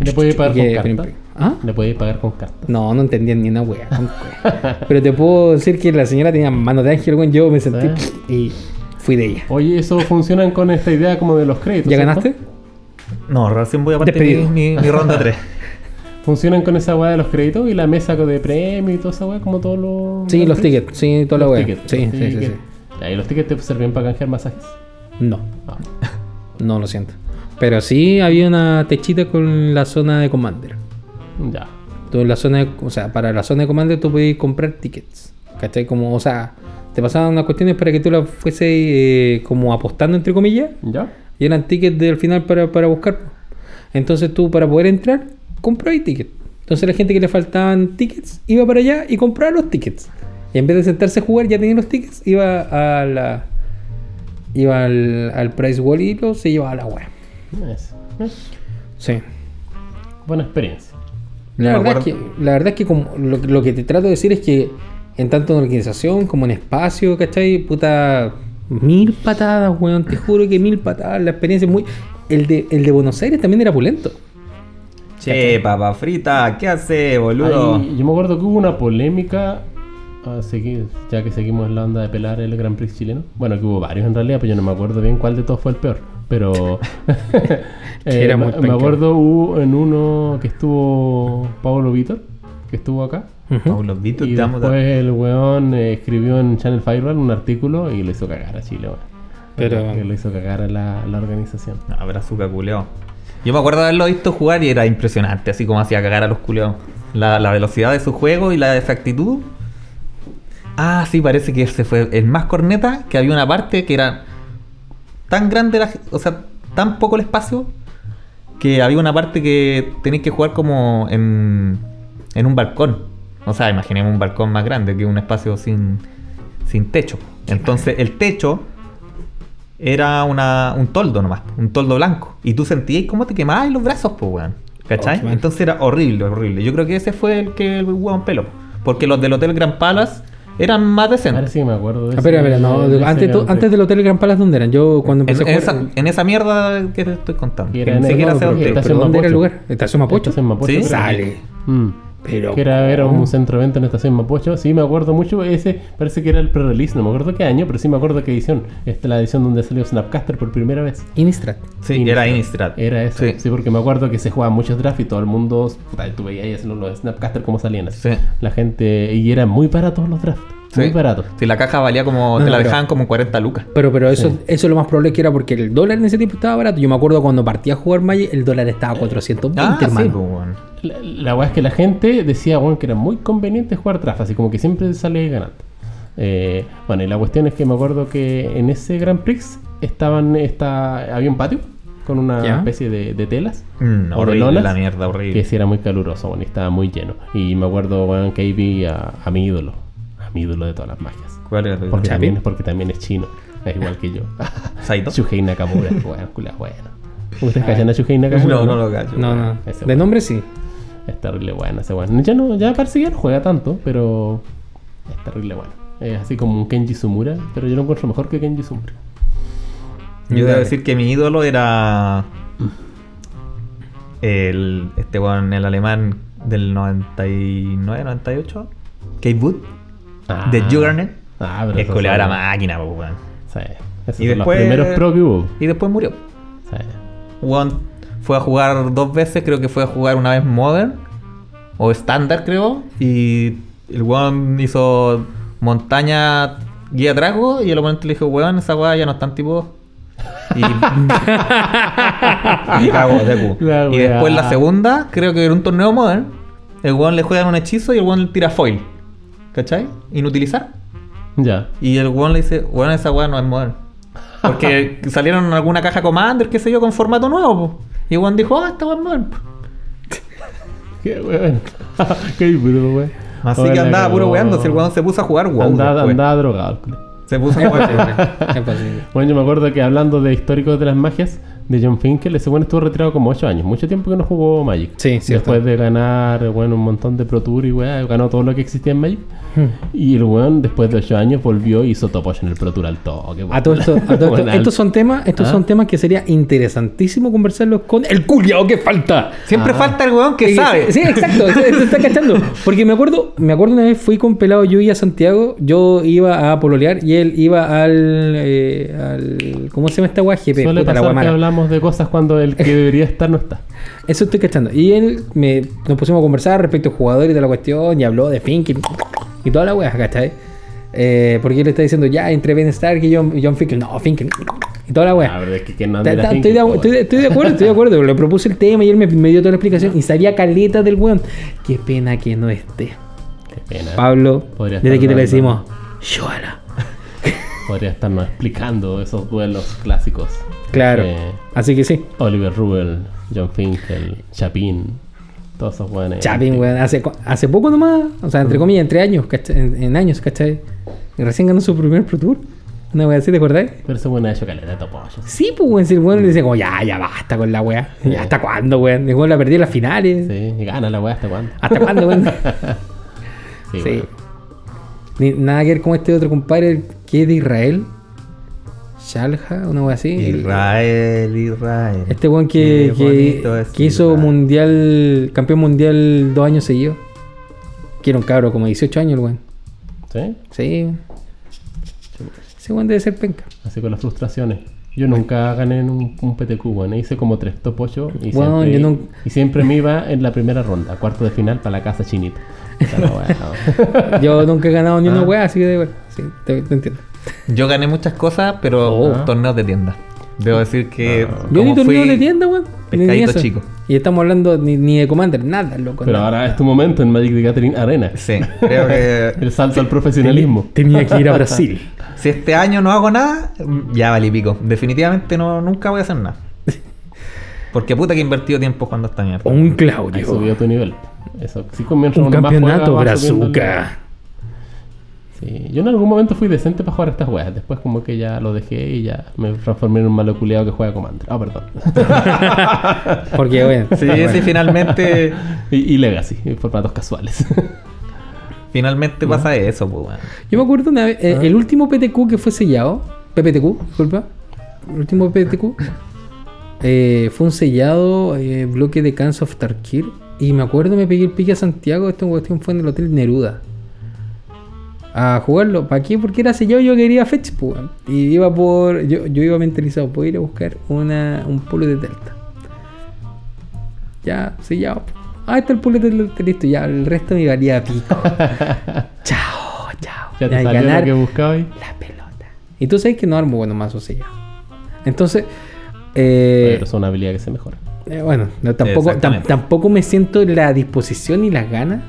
S2: ¿Y ¿Le podéis pagar
S4: Y que-
S2: con carta?
S4: ¿Ah?
S2: ¿Le podéis pagar con carta?
S4: No, no entendía ni una wea. con wea. Pero te puedo decir que la señora tenía mano de ángel, weón. Yo me sentí
S2: Sí.
S4: y fui de ella.
S2: Oye, eso funcionan con esta idea como de los créditos.
S4: ¿Ya
S2: ¿cierto?
S4: ganaste?
S1: No, recién voy a partir mi,
S4: Despedido.
S1: mi- mi ronda 3.
S2: Funcionan con esa weá de los créditos y la mesa de premio y toda esa weá, como todos los.
S4: Sí, los
S2: los
S4: tickets, sí, toda la
S2: los
S4: wea.
S2: tickets,
S4: Sí,
S2: los
S4: sí, sí, sí.
S2: tickets. Ya, Y los tickets te servían para canjear masajes.
S4: No,
S2: Ah,
S4: no lo siento. Pero sí había una techita con la zona de Commander.
S2: ya.
S4: Tú en la zona, de- o sea, para la zona de comando tú podías comprar tickets. ¿Cachai? Como, o sea, te pasaban unas cuestiones para que tú las fuese eh, como apostando, entre comillas,
S2: ¿Ya?
S4: y eran tickets del final para, para buscar. Entonces tú, para poder entrar, comprabas tickets. Entonces la gente que le faltaban tickets iba para allá y compraba los tickets. Y en vez de sentarse a jugar, ya tenía los tickets, iba a la. iba al, al Price Wall y lo se llevaba a la web.
S2: Es-
S4: ¿Eh?
S2: es
S4: Sí.
S2: buena experiencia.
S4: La
S1: Yo me
S4: verdad, es que,
S1: acuerdo-
S4: la verdad es que como, lo, lo que te trato de decir es que en tanto en organización como en espacio, ¿cachai? Puta, mil patadas, weón. Te juro que mil patadas. La experiencia es muy... El de, el de Buenos Aires también era pulento.
S2: Eh,
S1: Che, papa frita, ¿qué hace, boludo?
S2: Ahí, yo me acuerdo que hubo una polémica, ah, segui- ya que seguimos la onda de pelar el Gran Prix chileno. Bueno, que hubo varios en realidad, pero yo no me acuerdo bien cuál de todos fue el peor. Pero eh,
S4: era muy
S2: me, me
S4: penca.
S2: acuerdo hubo en uno que estuvo Pablo Vitor, que estuvo acá.
S1: Pablo Vito,
S2: Y
S1: te amo
S2: después el weón eh, escribió en Channel Fireball un artículo y lo hizo cagar a Chile, weón.
S4: Pero-
S2: Que lo hizo cagar a la, la organización.
S1: Abrazo culeo. Yo me acuerdo de haberlo visto jugar y era impresionante, así como hacía cagar a los culeos. La, la velocidad de su juego y la exactitud. Ah, sí, parece que ese fue el más corneta, que había una parte que era tan grande, la- o sea, tan poco el espacio, que había una parte que tenéis que jugar como en, en un balcón. O sea, imaginemos un balcón más grande que un espacio sin, sin techo. Entonces, el techo era una, un toldo nomás, un toldo blanco. Y tú sentías cómo te quemabas los brazos, pues, weón.
S4: Oh,
S1: ¿Cachai?
S4: qué mal.
S1: Entonces era horrible, horrible. Yo creo que ese fue el que el weón pelo. Porque los del Hotel Grand Palace eran más
S2: Ahora
S1: decentes.
S2: sí que me acuerdo de
S4: Ah, espera, espera, no.
S2: de ese
S4: antes,
S2: Grand
S4: to-
S2: Prix.
S4: antes del Hotel Gran Palace, ¿dónde eran? Yo cuando
S1: En,
S4: empecé
S1: en
S4: a jugar... eh,
S1: esa, en esa mierda que te estoy contando.
S2: Y era
S1: Que
S2: en
S1: ni
S2: el-
S1: siquiera
S2: no,
S1: sé
S2: pero-
S1: dónde
S4: pero,
S1: era.
S2: Estación
S4: ¿dónde era el
S2: Mapocho.
S4: lugar? ¿Estación Mapocho?
S2: Estación Mapocho,
S1: Sí.
S2: creo.
S4: Sale.
S2: Mm.
S4: Pero...
S2: que era, era un centro de evento en Estación Mapocho. Sí, me acuerdo mucho. Ese parece que era el pre-release. No me acuerdo qué año, pero sí me acuerdo qué edición. Esta es la edición donde salió Snapcaster por primera vez.
S4: Innistrad.
S1: Sí, era Innistrad.
S2: Era esa. Sí.
S1: Sí.
S2: porque me acuerdo que se jugaban muchos drafts y todo el mundo. puta, tú veías ahí haciendo los Snapcaster como salían. así.
S1: Sí.
S2: La gente. Y eran muy baratos los drafts. Muy
S1: Sí.
S2: baratos.
S1: Si la caja valía como.
S4: No,
S1: te la
S4: pero-
S1: dejaban como 40 lucas.
S4: Pero, pero eso, eso lo más probable es que era porque el dólar en ese tiempo estaba barato. Yo me acuerdo cuando partí a jugar Magic, el dólar estaba a 420,
S1: Ah, sí,
S4: hermano.
S1: pues, weón.
S2: La, la weá es que la gente decía bueno, que era muy conveniente jugar draft, así como que siempre sale ganando. Eh, bueno, y la cuestión es que me acuerdo que en ese Grand Prix estaban esta, había un patio con una
S4: Ya.
S2: especie de, de telas.
S1: Mm,
S2: o de
S1: horrible
S2: lonas,
S1: la mierda, horrible.
S2: Que sí era muy caluroso, bueno, y estaba muy lleno. Y me acuerdo bueno, que ahí vi a, a mi ídolo, a mi ídolo de todas las magias.
S1: ¿Cuál era tu
S2: Porque,
S4: ¿Chapi?
S2: también, porque también es chino, es igual que yo.
S1: ¿Saito? Ah,
S2: Shuhei Nakamura, weón, culiao, bueno. ¿Ustedes cachan a Shuhei Nakamura?
S1: No, no lo cacho.
S4: No, no.
S2: Ese
S4: De
S2: weón.
S4: nombre sí.
S2: Es terrible bueno ese weón. Ya, no, ya parece que ya no juega tanto, pero es terrible bueno. Es así como un Kenji Sumura, pero yo lo encuentro mejor que Kenji Sumura.
S1: Yo debo
S4: Dale.
S1: decir que mi ídolo era. El, este weón, el alemán del 99, 98. Kate Wood,
S2: Ah.
S1: de Juggernaut.
S2: Ah, pero
S1: Es
S2: esos
S1: culebra
S2: son-
S1: máquina, po, weón.
S2: Sí. Esos
S1: Y
S2: son
S1: después-
S2: los primeros pro que hubo.
S1: Y después murió.
S2: Sí.
S1: Weón fue a jugar dos veces, creo que fue a jugar una vez Modern o Standard, creo. Y el weón hizo montaña guía trago y el oponente le dijo, weón, esa weá ya no están tipo. Y, y cagó de cu.
S2: La
S1: Y
S2: weá.
S1: después la segunda, creo que era un torneo Modern. El weón le juegan un hechizo y el weón le tira foil. ¿Cachai? Inutilizar.
S2: Ya.
S1: Y el weón le dice, weón, esa weá no es modern. Porque salieron en alguna caja Commander, qué sé yo, con formato nuevo. po. Y el weón dijo, ah, esta weá es modern. po.
S2: Qué weón. Qué bruto, weón.
S1: Así
S2: Ahora
S1: que
S2: la
S1: andaba
S2: cagó.
S1: puro weando. Si el weón se puso a jugar, wow.
S2: andaba,
S1: después.
S2: andaba drogado el culo.
S1: Se puso a jugar.
S4: Es posible.
S2: Bueno, yo me acuerdo que hablando de históricos de las magias, de John Finkel, ese bueno estuvo retirado como 8 años. Mucho tiempo que no jugó Magic.
S4: Sí, cierto.
S2: Después de ganar, bueno, un montón de Pro Tour y weá, ganó todo lo que existía en Magic. Y el weón, después de 8 años, volvió y hizo top 8 en el Pro Tour al toque.
S4: A todo esto, a todo esto- estos son temas, estos son temas que sería interesantísimo conversarlos con el culiao que falta.
S1: Siempre falta el weón que
S4: Ah. Sí,
S1: sabe.
S4: Sí, exacto, se, se está cachando. Porque me acuerdo, me acuerdo una vez fui con Pelado Yuy a Santiago, yo iba a pololear y él iba al, eh, al ¿cómo se llama esta guay? GP,
S2: Suele
S4: puta, la
S2: pasar
S4: guay
S2: que
S4: mala.
S2: hablamos de cosas cuando el que debería estar no está.
S4: Eso estoy cachando. Y él me, nos pusimos a conversar respecto a jugadores y de la cuestión y habló de Fink y, y toda la wea, ¿cachai? Eh, porque él está diciendo ya entre Ben Stark y John, y John Fink, no, Fink y toda la wea.
S2: Ah, pero es que quien no
S4: Ta-
S2: admira a
S4: ta- Estoy de,
S2: Finkel, pues,
S4: estoy de- estoy de acuerdo, estoy de acuerdo. Le propuse el tema y él me, me dio toda la explicación. Y sabía caleta del weón. Qué pena que no esté.
S2: Qué pena.
S4: Pablo,
S2: Eh, Podría
S4: desde
S2: estar
S4: aquí te le decimos,
S2: hablando.
S4: Joana.
S2: Podría estarnos explicando esos duelos clásicos.
S4: Claro.
S2: Eh,
S4: Así que sí.
S2: Oliver Rubel, John Finkel, Chapin, todos esos buenos.
S1: Este.
S4: Chapin, weón. Hace, cu- hace poco nomás. O sea,
S1: Mm.
S4: entre comillas, entre años, ¿cachai? En, en años, ¿cachai? Y recién ganó su primer Pro Tour. Una wea así, ¿te acordás?
S2: Pero ese bueno ha hecho caleta de topollos.
S4: Sí, pues weón. Si el weón le dice como, ya, ya basta con la wea. ¿Y hasta cuándo, weón? El weón la perdí en las finales.
S2: Sí, y gana la weá hasta cuándo.
S4: ¿Hasta cuándo, weón?
S2: Sí,
S4: Ah, Sí.
S2: weón.
S4: Ni- nada que ver con este otro compadre que es de Israel. Shalha, una wea así.
S1: Israel, Israel.
S4: Este weón que,
S1: Qué
S4: que,
S1: bonito es
S4: que hizo
S1: Israel.
S4: mundial, campeón mundial dos años seguidos. Que era un cabro, como 18 años el weón.
S2: Sí,
S4: Sí. Ese weón debe ser penca.
S2: así con las frustraciones. Yo nunca gané en un, un PTQ, bueno, hice como tres top 8 y,
S4: Weón,
S2: siempre,
S4: yo nunca-
S2: y siempre me iba en la primera ronda, cuarto de final para la casa chinita. Puta la weá, weón.
S4: Yo nunca he ganado ni
S1: Ah.
S4: una wea, así que de verdad. Sí, te, te entiendo.
S1: Yo gané muchas cosas, pero
S4: Oh. Ah.
S1: torneos de tienda. Debo decir que.
S4: Yo ni
S1: como fui-
S4: torneo de tienda, weón. ni- ni
S1: pescadito
S4: eso.
S1: chico.
S4: Y estamos hablando ni, ni de Commander, nada, loco.
S2: Pero
S4: nada.
S2: ahora es tu momento en Magic the Gathering Arena.
S1: Sí, creo que.
S2: El salto al profesionalismo.
S4: Tenía que ir a Brasil.
S1: si este año no hago nada, mm, ya valí pico. Definitivamente no, nunca voy a hacer nada. Porque puta que he invertido tiempo cuando esta mierda.
S4: o un
S2: Ahí
S4: Claudio.
S2: subió tu nivel. Eso, sí, con mientras
S4: Un
S2: uno más
S4: campeonato
S2: juega, va subiendo el-
S4: brazuca.
S2: Sí, yo en algún momento fui decente para jugar a estas weas. Después, como que ya lo dejé y ya me transformé en un malo culeado que juega Commander. Ah, perdón.
S4: Porque, bueno.
S1: ah, Sí, sí, finalmente.
S2: y, y Legacy, y formatos casuales.
S1: Finalmente
S4: Uh-huh.
S1: pasa eso, pues, weón.
S4: Yo me acuerdo una vez, eh,
S1: Ah.
S4: el último PTQ que fue sellado, PPTQ, disculpa, el último PPTQ eh, fue un sellado eh, bloque de Cans of Tarkir. Y me acuerdo me pegué el pique a Santiago, esta cuestión fue en el Hotel Neruda. A jugarlo, ¿para qué? Porque era sellado, yo quería fetch, pues, weón. Y iba por, yo, yo iba mentalizado, puedo ir a buscar una, un pulo de Delta. Ya, sellado. Ah, está el pulo de Delta, listo, ya, el resto me valía pico. chao, chao.
S2: ya te
S4: Ya,
S2: salió
S4: ganar- eh,
S2: lo que buscaba ahí.
S4: la pelota. Y tú sabes que no armo buenos mazos ya. Entonces, eh,
S2: Pero es una habilidad que se mejora.
S4: eh, bueno, no, tampoco, tam-
S1: Exactamente.
S4: tampoco me siento la disposición y las ganas.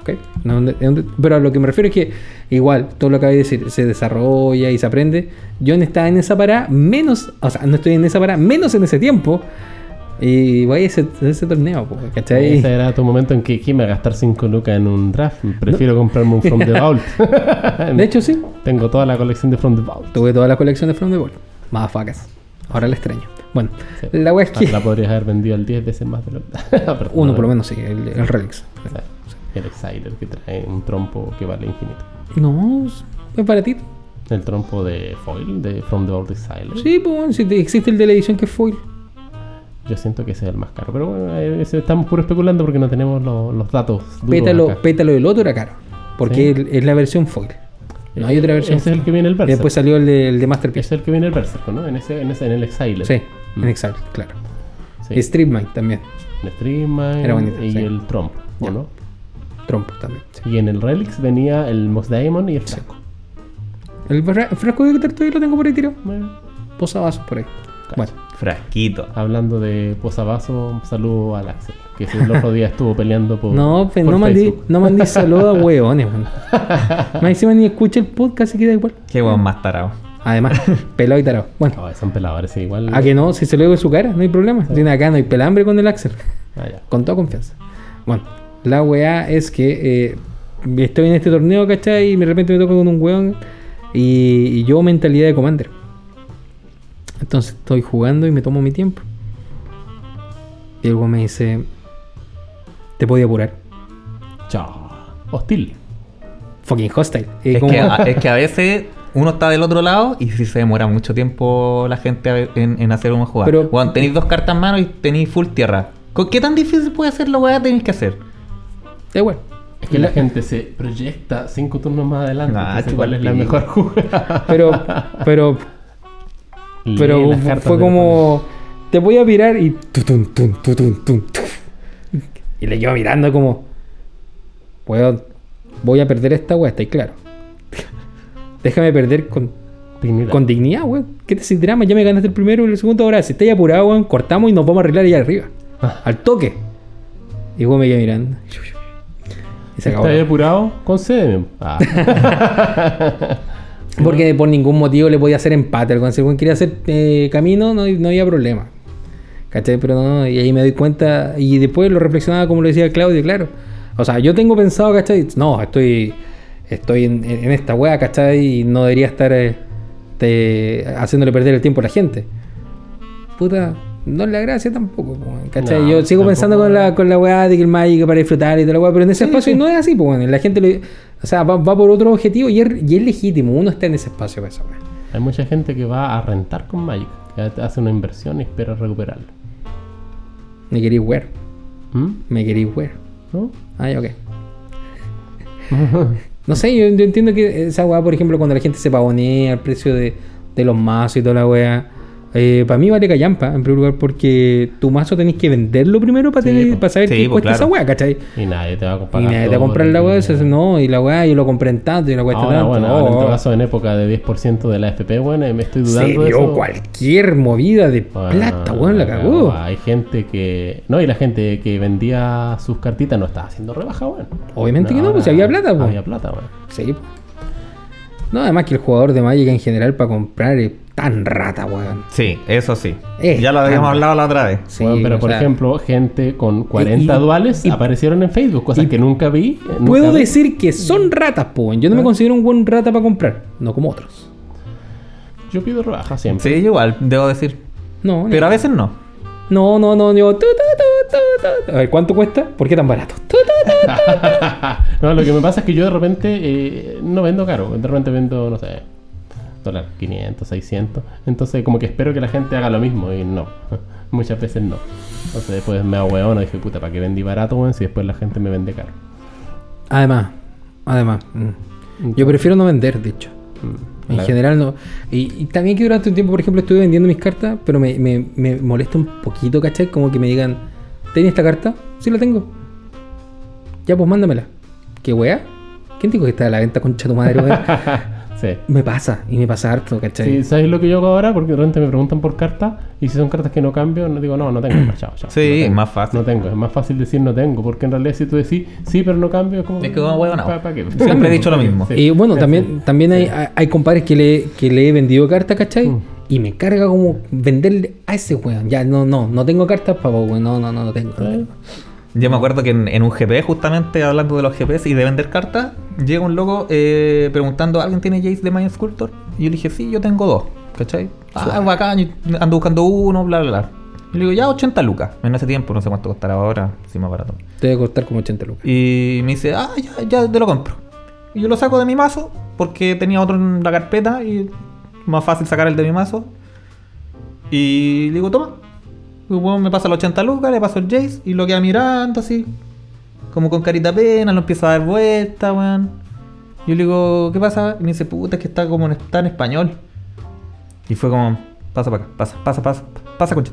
S4: Ok, no, no, no, pero a lo que me refiero es que, igual, todo lo que acabé de decir, se desarrolla y se aprende. Yo no estaba en esa parada, menos, o sea, no estoy en esa parada, menos en ese tiempo. Y voy a ese, a ese torneo, po, ¿cachai?
S2: Ese era tu momento en que ¿quién me va a gastar 5 lucas en un draft. Prefiero comprarme un From the Vault.
S4: De hecho, sí,
S2: tengo toda la colección de From the Vault.
S4: tuve toda la colección de From the Ball. Más facas. Ahora la extraño. Bueno,
S2: Sí.
S4: la wea es que.
S2: La podrías haber vendido al 10 veces más de lo Ah, Perdón,
S4: Uno por lo
S2: no.
S4: menos, sí, el, el Relics.
S2: O sea, El Exiler que trae un trompo que vale infinito.
S4: No, es baratito.
S2: El trompo de foil de From the Old Exiler.
S4: Sí, pues bueno, si te- existe el de la edición que es foil.
S2: Yo siento que ese es el más caro. Pero bueno, eh, ese estamos puro especulando porque no tenemos lo- los datos. duros acá.
S4: Pétalo, pétalo del otro era caro.
S2: Sí.
S4: Porque el- es la versión foil. No hay otra versión.
S2: Ese es el que viene el Berserk.
S4: Después salió el de, el de Masterpiece.
S2: Es el que viene el Berserk, ¿no? En, ese, en, ese, en el Exiler.
S4: Sí,
S2: Mm.
S4: en Exile, claro.
S2: Sí.
S4: Street Mind también.
S2: El Streamline
S4: Era bonito,
S2: y
S4: sí.
S2: el trompo, ¿o
S4: Ya.
S2: ¿no?
S4: Trompo también. sí.
S2: Y en el Relics venía el Moss Diamond y el Franco.
S4: El fra- frasco de Guitar todavía lo tengo por ahí tirado.
S2: Bueno,
S4: Posavasos por ahí. Bueno,
S1: Frasquito.
S2: hablando de posavasos, un saludo al Axel, que el otro día estuvo peleando por.
S4: no, pues,
S2: por
S4: no mandé,
S2: Facebook.
S4: no mandé saludos a hueones, man. Más encima ni escucha el podcast y queda igual.
S1: Qué weón más tarado.
S4: Además, pelado y tarado. Bueno,
S2: Ah, son peladores, sí, igual.
S4: a que no, si se lo digo en su cara, no hay problema. Viene acá, no hay pelambre con el Axel.
S2: Ah, ya.
S4: Con toda confianza. Bueno, la weá es que eh, estoy en este torneo, ¿cachai? Y de repente me toco con un weón. Y, y yo mentalidad de commander. Entonces estoy jugando y me tomo mi tiempo. Y el weón me dice, te podía apurar.
S2: Chao. Hostil.
S4: Fucking hostile. Y
S1: Es
S4: como- "Oh,
S1: que, ah, a, es que a veces uno está del otro lado y si se demora mucho tiempo la gente a ve- en, en hacer una jugada.
S4: Pero-
S1: Weón, tenéis dos cartas en mano y tenéis full tierra. ¿Con qué tan difícil puede ser la weá que tenéis que hacer?
S4: Da igual.
S2: Es que la gente se proyecta cinco turnos más adelante.
S1: Ah,
S2: entonces,
S1: chupa
S2: ¿Cuál
S1: el
S2: es la
S1: pico.
S2: mejor jugada?
S4: Pero, pero,
S2: Lee
S4: pero
S2: las cartas
S4: fue
S2: del
S4: como, te voy a mirar y... tutun, tun, tutun, tun, tuf. Y le quedo mirando como, weón, voy a perder esta weá, estáis claro. Déjame perder con,
S2: oponente. Dignidad.
S4: con dignidad, weón. ¿Qué te sin drama? Ya me ganaste el primero y el segundo. Ahora, si estáis apurado, weón, cortamos y nos vamos a arreglar allá arriba.
S2: Ah.
S4: Al toque. Y weón me quedé mirando. Y se acabó.
S2: ¿Estás depurado? Concédeme. Ah.
S4: Porque por ningún motivo le podía hacer empate. El weón, Si el weón quería hacer eh, camino, no, no había problema. ¿Cachai? Pero no, y ahí me doy cuenta. Y después lo reflexionaba como lo decía Claudio, claro. O sea, yo tengo pensado, ¿cachai? No, estoy, estoy en, en esta wea, ¿cachai? Y no debería estar eh, te- haciéndole perder el tiempo a la gente. Puta, no es la gracia tampoco, po, weón, ¿cachai?
S2: No,
S4: yo sigo
S2: tampoco,
S4: pensando con la,
S2: weón.
S4: con la weá de que el Magic para disfrutar y toda la weá, pero en ese espacio no es así, pues La gente, lo- o sea, va, va por otro objetivo y es, y es legítimo. Uno está en ese espacio para esa weá.
S2: Hay mucha gente que va a rentar con Magic, que hace una inversión y espera recuperarlo.
S4: Me queréis wear,
S2: ¿Mm?
S4: me queréis wear.
S2: ¿No?
S4: Ah, ya, ok. No sé, yo, yo entiendo que esa weá, por ejemplo, cuando la gente se pavonea el precio de, de los mazos y toda la weá. para mí vale callampa, en primer lugar, porque tu mazo tenés que venderlo primero para,
S2: Sí,
S4: tener-
S2: po.
S4: para saber
S1: Sí,
S4: qué
S1: po,
S4: cuesta
S1: claro.
S4: esa weá, ¿cachai?
S2: y nadie te va a comprar.
S4: Y nadie te va a comprar la weá, dices, no, y la weá yo lo compré en tanto y la weá está
S2: Ahora,
S4: tanto.
S2: bueno, ahora en
S4: Oh,
S2: todo
S4: oh.
S2: caso, en época de 10% de la FP, bueno, eh, me estoy
S4: se
S2: dudando de
S4: dio
S2: eso.
S4: cualquier movida de
S2: Bueno,
S4: plata, weón, la cagó.
S2: Hay gente que. No, y la gente que vendía sus cartitas no estaba haciendo rebaja, weón.
S4: Obviamente que no, pues, si había plata, po.
S2: Había plata, weón.
S4: Sí. po. No, además que el jugador de Magic en general para comprar es tan rata, weón.
S1: Sí, eso sí.
S4: Eh,
S1: ya lo habíamos
S4: ah,
S1: hablado la otra vez.
S4: Sí,
S2: Weón, pero
S4: o
S2: por
S4: sea,
S2: ejemplo, gente con 40
S4: y-
S2: duales
S4: y-
S2: aparecieron en Facebook, cosas
S4: y-
S2: que nunca vi. eh, nunca
S4: Puedo
S2: vi.
S4: decir que son ratas, po. weón. Yo no me considero un buen rata para comprar, no como otros.
S2: Yo pido rebaja siempre.
S1: Sí, yo igual, debo decir.
S4: No, no.
S1: Pero a veces no.
S4: No, no, no, yo. tu, tu, tu, tu, tu. A ver, ¿cuánto cuesta? ¿Por qué tan barato? Tu, tu, tu.
S2: no, lo que me pasa es que yo de repente eh, no vendo caro, de repente vendo, no sé, dólar 500, 600. Entonces, como que espero que la gente haga lo mismo y no, muchas veces no. Entonces, después me ahueono y dije, puta, ¿para qué vendí barato, weón? Si después la gente me vende caro.
S4: Además, además. mm. Yo prefiero no vender, de hecho. En
S2: Claro.
S4: general no. Y, y también que durante un tiempo, por ejemplo, estuve vendiendo mis cartas, pero me, me- me molesta un poquito, ¿cachai? Como que me digan, ¿tenés esta carta? Sí la tengo. Ya, pues mándamela. ¿Qué weá? ¿Quién dijo que está a la venta concha tu madre, weá?
S2: sí.
S4: me pasa, y me pasa harto, ¿cachai?
S2: Sí, ¿Sabes lo que yo hago ahora? Porque de repente me preguntan por cartas y si son cartas que no cambio, no digo, no, no tengo, más, chao, chao.
S1: Sí,
S2: no tengo,
S1: es más fácil.
S2: No tengo, es más fácil decir no tengo, porque en realidad si tú decís sí, pero no cambio, es como.
S1: Es que como huevonao.
S2: ¿pa- pa' qué?
S1: Siempre he dicho lo mismo.
S2: Sí.
S4: Y bueno, también, también hay, hay- hay compadres que le, que le he vendido cartas, ¿cachai?
S2: Mm.
S4: Y me carga como venderle a ese weón. Ya, no, no, no tengo cartas para vos, weón. No, no, no, no tengo. no tengo.
S1: Yo me acuerdo que en, en un GP, justamente hablando de los GPS y de vender cartas, llega un loco eh, preguntando: ¿Alguien tiene Jace de Mind Sculptor? Y yo le dije: Sí, yo tengo dos. ¿Cachai? Ah, es bacán, y ando buscando uno, bla, bla, bla. Y le digo, ya 80 lucas. En ese tiempo, no sé cuánto costará ahora, si más barato.
S4: Te debe costar como 80 lucas.
S1: Y me dice, ah, ya, ya te lo compro. Y yo lo saco de mi mazo, porque tenía otro en la carpeta y más fácil sacar el de mi mazo. Y le digo, toma. Y el weón me pasa los 80 lucas, le paso el Jace y lo queda mirando así, como con carita pena, lo empieza a dar vuelta, weón. Yo le digo, ¿qué pasa? Y me dice, puta, es que está como en, está en español. Y fue como, pasa para acá, pasa, pasa, pasa, pasa con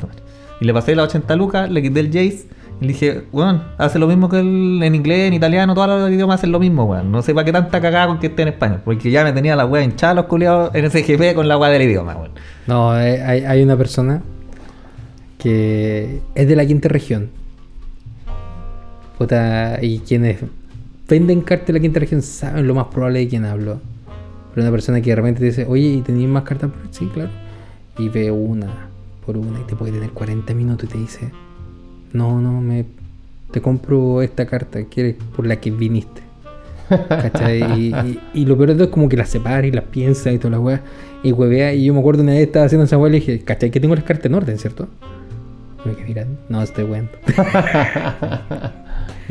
S1: Y le pasé las 80 lucas, le quité el Jace y le dije, weón, hace lo mismo que el- en inglés, en italiano, todos los idiomas hacen lo mismo, weón. No sé para qué tanta cagada con que esté en español, porque ya me tenía la weá hinchada los culiados en ese GP con la weá del idioma, weón.
S4: No, eh, hay, hay una persona que es de la quinta región. Puta, y quienes venden cartas de la quinta región saben lo más probable de quién hablo. Pero una persona que de repente te dice, oye, ¿y tenéis más cartas? por ahí?" Sí, claro. Y ve una por una y te puede tener 40 minutos y te dice, no, no, me, te compro esta carta, que por la que viniste. ¿Cachai? Y, y- y lo peor de todo es como que las separa y las piensa y todas las weas. Y huevea. Y yo me acuerdo una vez estaba haciendo esa wea y le dije, ¿cachai? Que tengo las cartas en orden, ¿cierto? Y me quedé mirando. No, estoy weón.
S2: Qué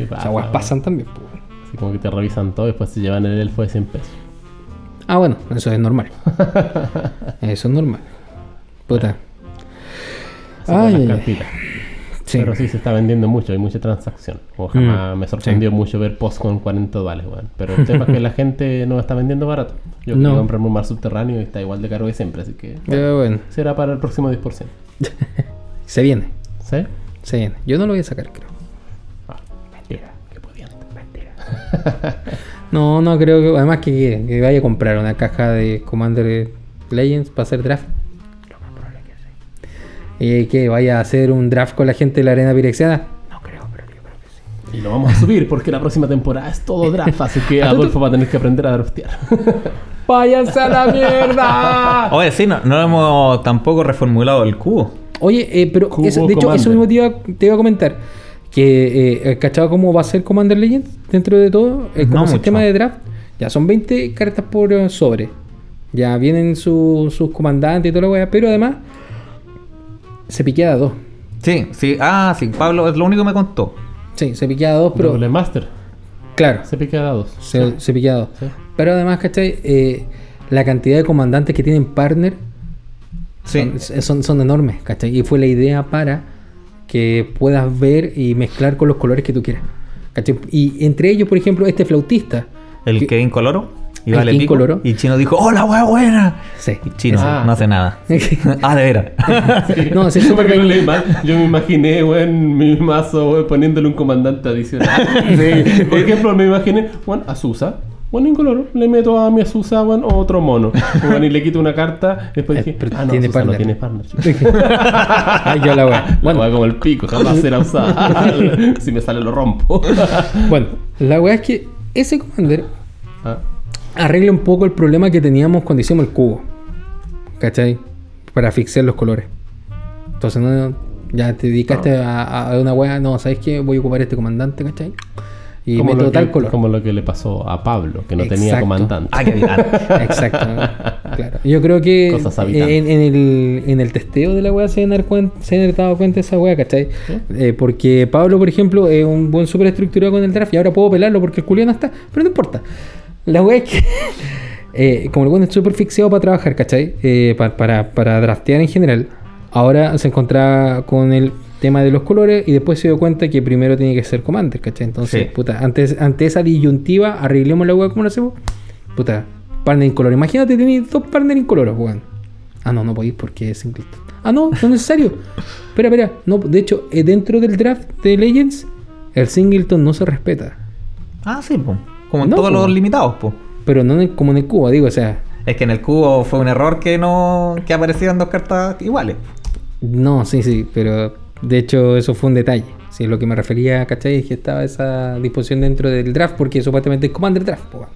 S4: Esas
S2: paja,
S4: weas
S2: weón.
S4: pasan también, pues. weón.
S2: Así como que te revisan todo y después se llevan el elfo de 100 pesos.
S4: Ah, bueno, eso es normal. Eso es normal. Puta.
S2: Así con
S4: Ay,
S2: las
S4: ay, ay.
S2: cartitas.
S4: Sí. Mm,
S2: Pero sí se está vendiendo mucho, hay mucha transacción. Como jamás me sorprendió mucho ver post con 40 dólares, weón. Pero el tema es que la gente no está vendiendo barato. Yo
S4: No.
S2: quiero comprarme un mar subterráneo y está igual de caro que siempre, así que
S4: Ya, bueno,
S2: será para el próximo 10%.
S4: se viene.
S2: ¿Sí?
S4: Se viene. Yo no lo voy a sacar, creo.
S2: Ah, mentira. Qué pudiente.
S4: No, no creo que. Además que, que vaya a comprar una caja de Commander Legends para hacer draft. Y que vaya a hacer un draft con la gente de la arena pirexiana.
S2: Y lo vamos a subir porque la próxima temporada es todo draft, así que Adolfo va a tener que aprender a draftear.
S4: ¡Váyanse a la mierda!
S1: Oye, sí, no, no hemos tampoco reformulado el cubo.
S4: Oye, eh, pero
S2: Cubo
S4: eso- de hecho,
S2: Commander.
S4: eso mismo te iba, te iba a comentar. Que, eh, ¿cachado cómo va a ser Commander Legends dentro de todo? eh, El
S1: No
S4: como
S1: mucho.
S4: sistema de draft. Ya son 20 cartas por eh, sobre. Ya vienen su- sus comandantes y toda la weá. Pero además, se piquea a dos.
S1: Sí, sí, ah, sí, Pablo es lo único que me contó.
S4: Sí, se piquea a dos, pero.
S2: Pero el Master
S4: Claro,
S2: se pica a dos.
S4: se, se piquea a dos.
S2: Sí.
S4: Pero además, ¿cachai? Eh, la cantidad de comandantes que tienen partner
S1: Sí,
S4: son, son, son enormes, ¿cachai? Y fue la idea para que puedas ver y mezclar con los colores que tú quieras. ¿cachai? Y entre ellos, por ejemplo, este flautista.
S1: el que incoloro. Y
S4: El
S1: vale
S4: que
S1: pico,
S4: incoloro.
S1: Y Chino dijo, ¡hola, weá buena!
S4: Sí.
S1: Y Chino
S2: Ah.
S1: no hace nada. ah, de veras.
S4: No, sí,
S2: Yo
S4: súper
S2: me leí mal. Yo me imaginé, weón, mi mazo, weón, poniéndole un comandante adicional. Por ejemplo, me imaginé, weón, Azusa. Bueno, incoloro, le meto a mi Azusa, weón, otro mono. Weón, y le quito una carta. Después
S4: Eh,
S2: dije,
S4: pero
S2: ah, no,
S4: tiene
S2: Azusa no
S4: partner.
S2: tiene partner.
S4: Ay, yo la wea.
S2: Bueno,
S4: Bueno,
S2: como el pico, jamás será usada. si me sale, lo rompo.
S4: bueno, la wea es que ese commander
S2: Ah,
S4: arregla un poco el problema que teníamos cuando hicimos el cubo. ¿Cachai? Para fixar los colores. Entonces no, ya te dedicaste a, a una wea, no, ¿sabes qué? Voy a ocupar este comandante, ¿cachai? Y
S2: como
S4: meto
S2: lo
S4: tal
S2: que-
S4: color.
S2: Como lo que le pasó a Pablo, que no tenía
S4: Exacto.
S2: comandante.
S1: ah, qué bien.
S4: Exacto. claro. Yo creo que
S2: Cosas habitantes.
S4: en, en el, en el testeo de la weá se han, dar cuen- se han dado cuenta de esa weá, ¿cachai? Eh, porque Pablo, por ejemplo, es un buen súper estructurado con el draft y ahora puedo pelarlo porque el culiao no está, pero no importa. La weá es que, eh, como el weón es súper fixeado para trabajar, ¿cachai? Eh, pa- para, para draftear en general, ahora se encontraba con el tema de los colores y después se dio cuenta que primero tiene que ser Commander, ¿cachai? Entonces,
S1: Sí.
S4: puta, antes, ante esa disyuntiva, arreglemos la weá como lo hacemos. Puta, partner incoloro. Imagínate tener dos partners incoloros, weón. Ah, no, no podéis porque es Singleton. Ah, no, no es necesario. espera, espera. No, de hecho, eh, dentro del draft de Legends, el Singleton no se respeta.
S1: Ah, sí, po. Como en
S4: No,
S1: todos
S4: po.
S1: los limitados, po.
S4: Pero no en el- como en el cubo, digo, o sea,
S1: Es que en el cubo fue un error que no. que aparecieran dos cartas iguales.
S4: No, sí, sí, pero de hecho eso fue un detalle. Sí, lo que me refería, ¿cachai? Es que estaba esa disposición dentro del draft, porque supuestamente es Commander Draft, po, weón.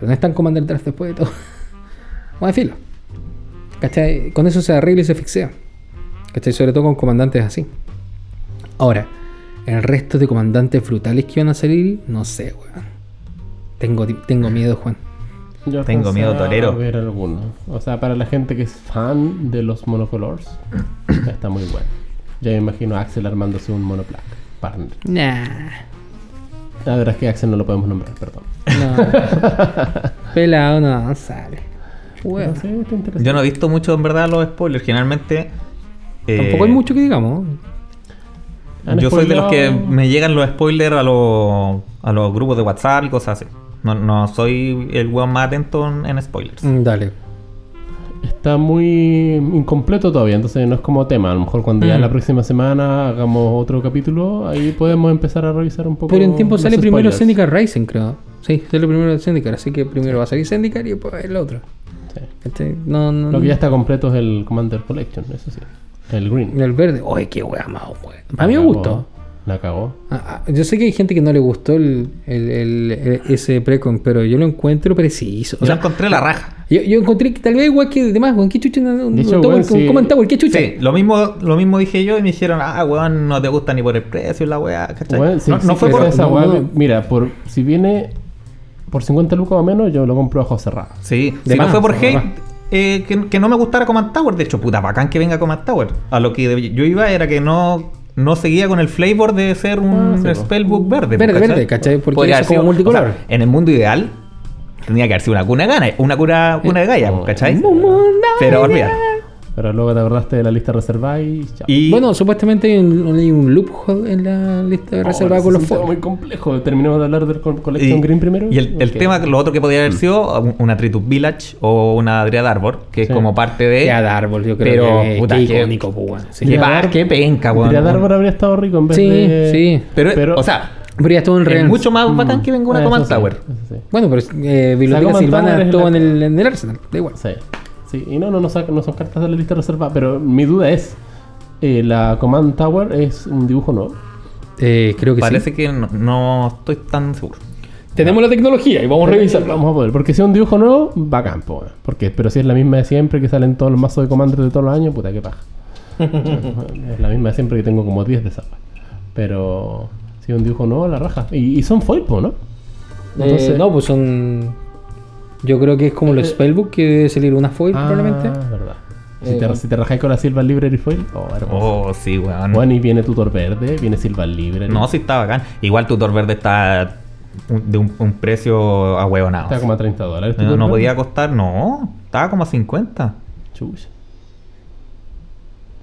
S4: Pero no está en Commander Draft después de todo. Bueno, filo. ¿Cachai? Con eso se arregla y se fixea. ¿Cachai? Sobre todo con comandantes así. Ahora, el resto de comandantes frutales que iban a salir, no sé, weón. Tengo, tengo miedo, Juan.
S2: Yo
S1: Tengo miedo
S2: alcancé a
S1: torero.
S2: ver alguno. O sea, para la gente que es fan de los monocolors, está muy bueno. Ya me imagino a Axel armándose un monoplac partner.
S4: Nah.
S2: La verdad es que Axel no lo podemos nombrar, perdón.
S4: No. Pelado no sale. Bueno.
S2: No sé, está interesante.
S1: Yo no he visto mucho, en verdad, los spoilers. Generalmente. eh,
S4: Tampoco hay mucho que digamos.
S2: Han
S1: Yo soy de los que
S2: spoileado-
S1: me llegan los spoilers a los, a los grupos de WhatsApp y cosas así. No, no soy el weón más atento en, en spoilers.
S4: Mm, Dale.
S2: Está muy incompleto todavía, entonces no es como tema. A lo mejor cuando ya
S4: Mm.
S2: la próxima semana hagamos otro capítulo, ahí podemos empezar a revisar un poco.
S4: Por en tiempo
S2: los
S4: sale primero
S2: spoilers.
S4: Syndicate Rising, creo. Sí, sale primero Syndicate, así que primero va a salir Syndicate y después el otro.
S2: Sí.
S4: Este, no, no,
S2: Lo que ya está completo es el Commander Collection, eso sí. El Green.
S4: El verde. Oye, qué wea más, wea. A mí me gustó.
S2: La cagó.
S4: Ah, ah, Yo sé que hay gente que no le gustó el, el- el- el- ese precon, pero yo lo encuentro preciso. O
S1: yo
S4: sea,
S1: encontré la raja.
S4: yo, yo encontré que tal vez igual que demás, weón, qué chucha, no,
S2: De
S4: no
S2: hecho,
S4: tomo
S2: weón,
S4: el- un
S2: sí.
S4: Command Tower, qué chucha.
S1: Sí, lo mismo, lo mismo dije yo y me dijeron, ah, weón, no te gusta ni por el precio y la weá, ¿cachai?
S2: Bueno, sí,
S1: no,
S2: sí,
S1: no fue
S2: pero
S1: por
S2: esa
S1: no,
S2: weá
S1: no.
S2: me- Mira, por, si viene por 50 lucas o menos, yo lo compro a ojos cerrados.
S1: Sí,
S4: De
S1: si no
S4: más,
S1: fue por
S4: de
S1: hate,
S4: más.
S1: eh, que, que no me gustara Command Tower. De hecho, puta, bacán que venga Command Tower. A lo que yo iba era que no, no seguía con el flavor de ser
S2: Ah,
S1: un
S2: sí, po.
S1: spellbook verde.
S4: Verde, verde, ¿cachai? Porque
S1: Podría
S4: eso
S1: haber
S4: como
S1: sido-
S4: multicolor.
S1: o sea, en el mundo ideal, tenía que haber sido una cuna de gana, una cuna, cuna de galla,
S2: no,
S1: ¿cachai?
S2: no, no,
S1: Pero olvidar.
S2: Pero luego te acordaste de la lista reservada y chao.
S1: Y
S4: Bueno, supuestamente hay un, hay un loophole en la lista
S2: Oh,
S4: reservada
S2: ese
S4: con
S2: es
S4: los
S2: un tema
S4: fondos.
S2: muy complejo. Terminamos de hablar del co-
S1: y,
S2: Collection Green primero.
S1: y el, el
S2: Ok.
S1: tema, lo otro que podría haber sido un- una Tritus Village o una Adriad Arbor, que
S2: Sí.
S1: es como parte de.
S4: Ya de árbol, yo creo
S1: Pero,
S4: que
S1: puta,
S4: qué
S1: que-
S4: icónico, pues, weón. Sí.
S1: Qué,
S2: Adriad
S1: pa-
S2: Arbor-
S1: qué penca, weón.
S2: Adriad Arbor habría estado rico en vez
S4: Sí,
S2: de.
S4: sí.
S1: Pero, o sea,
S4: Pero ya estuvo en
S1: es
S4: Real.
S1: Eh, mucho más bacán que venga una
S2: Ah,
S1: Command
S2: eso sí,
S1: Tower.
S2: eso sí.
S4: Bueno, pero eh, Biblioteca
S2: Command Tower
S4: Silvana
S2: es
S4: estuvo
S2: la-
S4: en el, en el Arsenal, da igual.
S2: Sí. Sí, y no, no, no, saca- no son cartas de la lista reservada, pero mi duda es, eh, ¿la Command Tower es un dibujo nuevo?
S4: Eh, creo que
S1: Parece
S4: sí.
S1: que no, no estoy tan seguro.
S4: Tenemos la tecnología y vamos a revisarla.
S2: Vamos a poder, porque si es un dibujo nuevo, bacán, po, weón. porque Pero si es la misma de siempre, que salen todos los mazos de Commander de todos los años, puta, qué paja. es la misma de siempre que tengo como 10 de esas. weón. Pero si es un dibujo nuevo, la raja. Y, y son foil, po, ¿no? Entonces-
S4: no, pues son. Eh, Yo creo que es como los Spellbook que debe salir una foil probablemente. Eh,
S2: Ah, verdad. Si, te, si te rajáis con la Silver Library Foil, oh, hermoso.
S1: Oh, sí, weón.
S2: Bueno, y viene Tutor Verde, viene Silver Library.
S1: No, sí está bacán. Igual Tutor Verde está un- de un, un precio ahueonado.
S2: Está como a 30 dólares.
S1: No,
S2: Tutor
S1: no
S2: Verde.
S1: podía costar, no. Estaba como a 50.
S2: Chucha.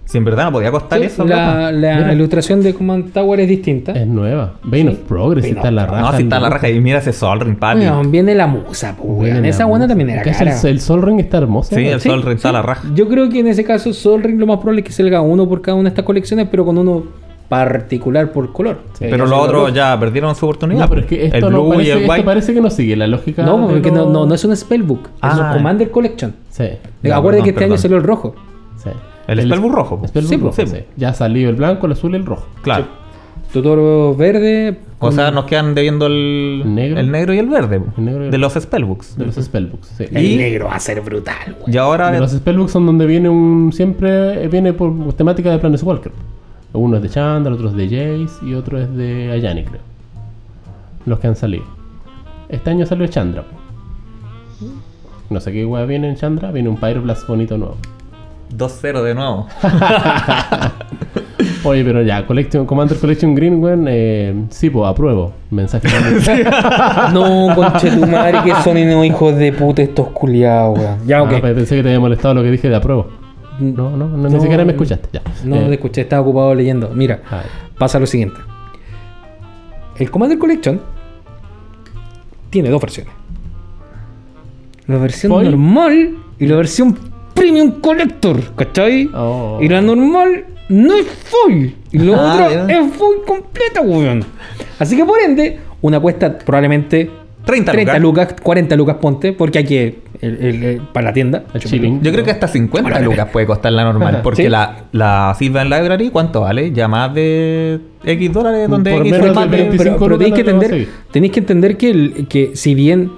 S1: Si en verdad no podía costar
S4: Sí,
S1: eso,
S4: la la
S2: Mira.
S4: ilustración de Command Tower es distinta.
S2: Es nueva. Vein of Progress, está en la raja.
S1: no, si está la
S2: loco.
S1: raja. Y mira ese Sol Ring Patty.
S4: Ah, Weón, viene la musa, pues,
S2: Viene
S4: weón.
S2: la
S4: Esa buena
S2: música.
S4: también era
S2: Cacha,
S4: cara.
S2: El, el Sol Ring está hermoso.
S1: sí,
S2: weón.
S1: el Sol Ring está a la raja.
S4: Yo creo que en ese caso Sol Ring lo más probable es que salga uno por cada una de estas colecciones, pero con uno particular por color. Eh,
S1: Pero
S4: ya
S1: los
S4: se logró.
S1: otros ya perdieron su oportunidad.
S2: No, pero es que esto,
S1: el
S2: no
S1: Blue
S2: parece,
S1: y el
S2: esto
S1: White.
S2: parece que no sigue la lógica.
S4: No,
S2: de
S4: porque no,
S2: los-
S4: no, no es un Spellbook, es
S1: Ah.
S4: un Commander Collection.
S2: Sí,
S1: Ya,
S4: Acuérdate
S1: perdón,
S4: que este
S1: perdón.
S4: año salió el rojo.
S2: sí.
S1: El Spellbook rojo, po.
S2: Spellbook
S4: Sí, po.
S2: rojo,
S1: Sí, po.
S2: sí. Ya salió el blanco, el azul y el rojo.
S1: Claro.
S4: Tutor verde.
S1: O sea, nos quedan debiendo el
S2: Negro.
S1: el negro y el verde. po.
S2: El negro y el-
S1: De los Spellbooks.
S2: De los Spellbooks, sí. Eh,
S1: Y-
S4: El negro va a ser brutal, güey.
S1: Y ahora
S2: De los Spellbooks son donde viene un. Siempre eh, viene por temática de Planeswalker. Uno es de Chandra, otro es de Jace y otro es de Ayani, creo. Los que han salido. Este año salió Chandra. No sé qué hueá viene en Chandra. Viene un Pyroblast bonito nuevo.
S1: 2-0 de nuevo.
S2: Oye, pero ya, Collection, Commander Collection Green, weón. eh, sí, pues apruebo. Mensaje.
S4: No, conche tu madre, que son unos hijos de puta estos culiados, weón. Ya,
S2: Ah,
S4: ok.
S2: pe- pensé que te había molestado lo que dije de apruebo. No, no, no, ni
S4: No,
S2: siquiera me escuchaste. Ya.
S4: no
S2: Eh, Ah.
S4: te escuché, estaba ocupado leyendo. Mira,
S2: a ver.
S4: pasa lo siguiente. El Commander Collection tiene dos versiones. La versión
S2: ¿Foil?
S4: normal y la versión Premium Collector, ¿cachai?
S2: Oh.
S4: Y la normal no es foil. Y lo
S1: Ah,
S4: otro
S1: bien.
S4: es foil completa, pues, weón. Así que por ende, una apuesta probablemente
S1: 30
S4: 30
S1: lucas.
S4: lucas, 40 lucas ponte, porque aquí es el- el- el- para la tienda.
S2: El chilling.
S1: Yo creo que hasta 50 lucas puede costar la normal, porque
S4: Sí.
S1: la, la Silver Library, ¿cuánto vale? Ya más de X dólares, donde
S2: Por
S1: X
S2: menos
S1: es
S2: de
S1: más de-
S4: Pero-
S2: 25
S4: pero, pero tenéis que
S2: lucas no lo
S4: entender,
S2: conseguís.
S4: tenéis que entender que, el- que si bien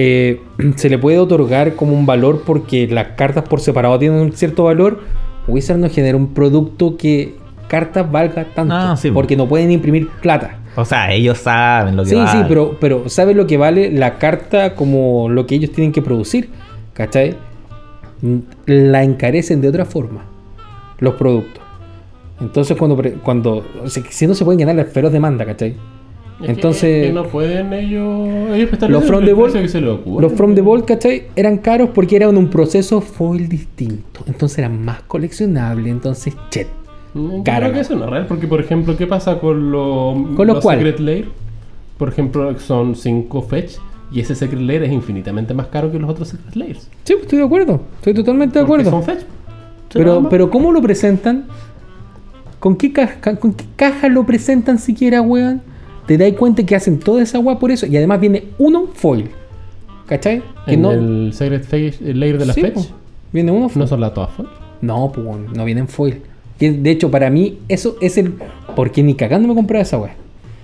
S4: eh, se le puede otorgar como un valor porque las cartas por separado tienen un cierto valor, Wizard no genera un producto que cartas valga tanto,
S1: Ah, sí.
S4: porque no pueden imprimir plata.
S1: O sea, ellos saben lo que
S4: Sí,
S1: vale.
S4: sí, pero, pero ¿sabes lo que vale la carta como lo que ellos tienen que producir? ¿Cachai? Mm, La encarecen de otra forma los productos. Entonces, cuando, pre- cuando si, si no se pueden ganar las feroz demanda, ¿cachai?
S2: Es
S4: Entonces-
S2: que- que no pueden ellos. ellos establecen
S4: Los From
S2: el
S4: the Vault-
S2: precio que se les ocurre.
S4: Los From the Vault, ¿cachai? Eran caros porque eran un proceso foil distinto. Entonces eran más coleccionables. Entonces, chet.
S2: No, Mm, yo
S4: Carga.
S2: creo que eso no es real, porque por ejemplo, ¿qué pasa con, lo-
S4: ¿Con lo
S2: los
S4: cual?
S2: Secret Lair? Por ejemplo, son 5 fetch y ese Secret Lair es infinitamente más caro que los otros Secret Lairs.
S4: Sí, pues, estoy de acuerdo. Estoy totalmente de
S2: Porque
S4: acuerdo.
S2: Son fetch.
S4: Pero, pero ¿cómo lo presentan? ¿Con qué, caja, ¿Con qué caja lo presentan siquiera, weón? Te dais cuenta que hacen toda esa weá por eso. Y además viene uno foil. ¿Cachai? Que
S2: en
S4: no.
S2: el Secret Fetch- el Lair de la
S4: Sí,
S2: fetch
S4: po. Viene uno foil.
S2: no son las todas fetch.
S4: No, pues weón, no vienen foil. Que, de hecho, para mí, eso es el. Porque ni cagando me compraba esa weá.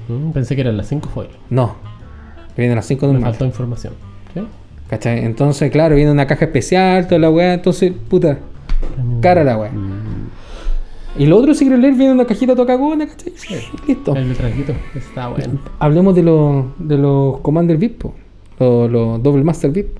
S2: Mm, Pensé que eran las 5 foil.
S4: No. Vienen las 5
S2: Me
S4: normales.
S2: faltó información. ¿sí?
S4: ¿Cachai? Entonces, claro, viene una caja especial, toda la weá. Entonces, puta. Cara la weá. Y lo otro Secret Lair viene en una cajita toda cagona, ¿cachai? Y Listo.
S2: El traguito está bueno.
S4: Hablemos de los de los Commander VIP, po. los los Double Master VIP.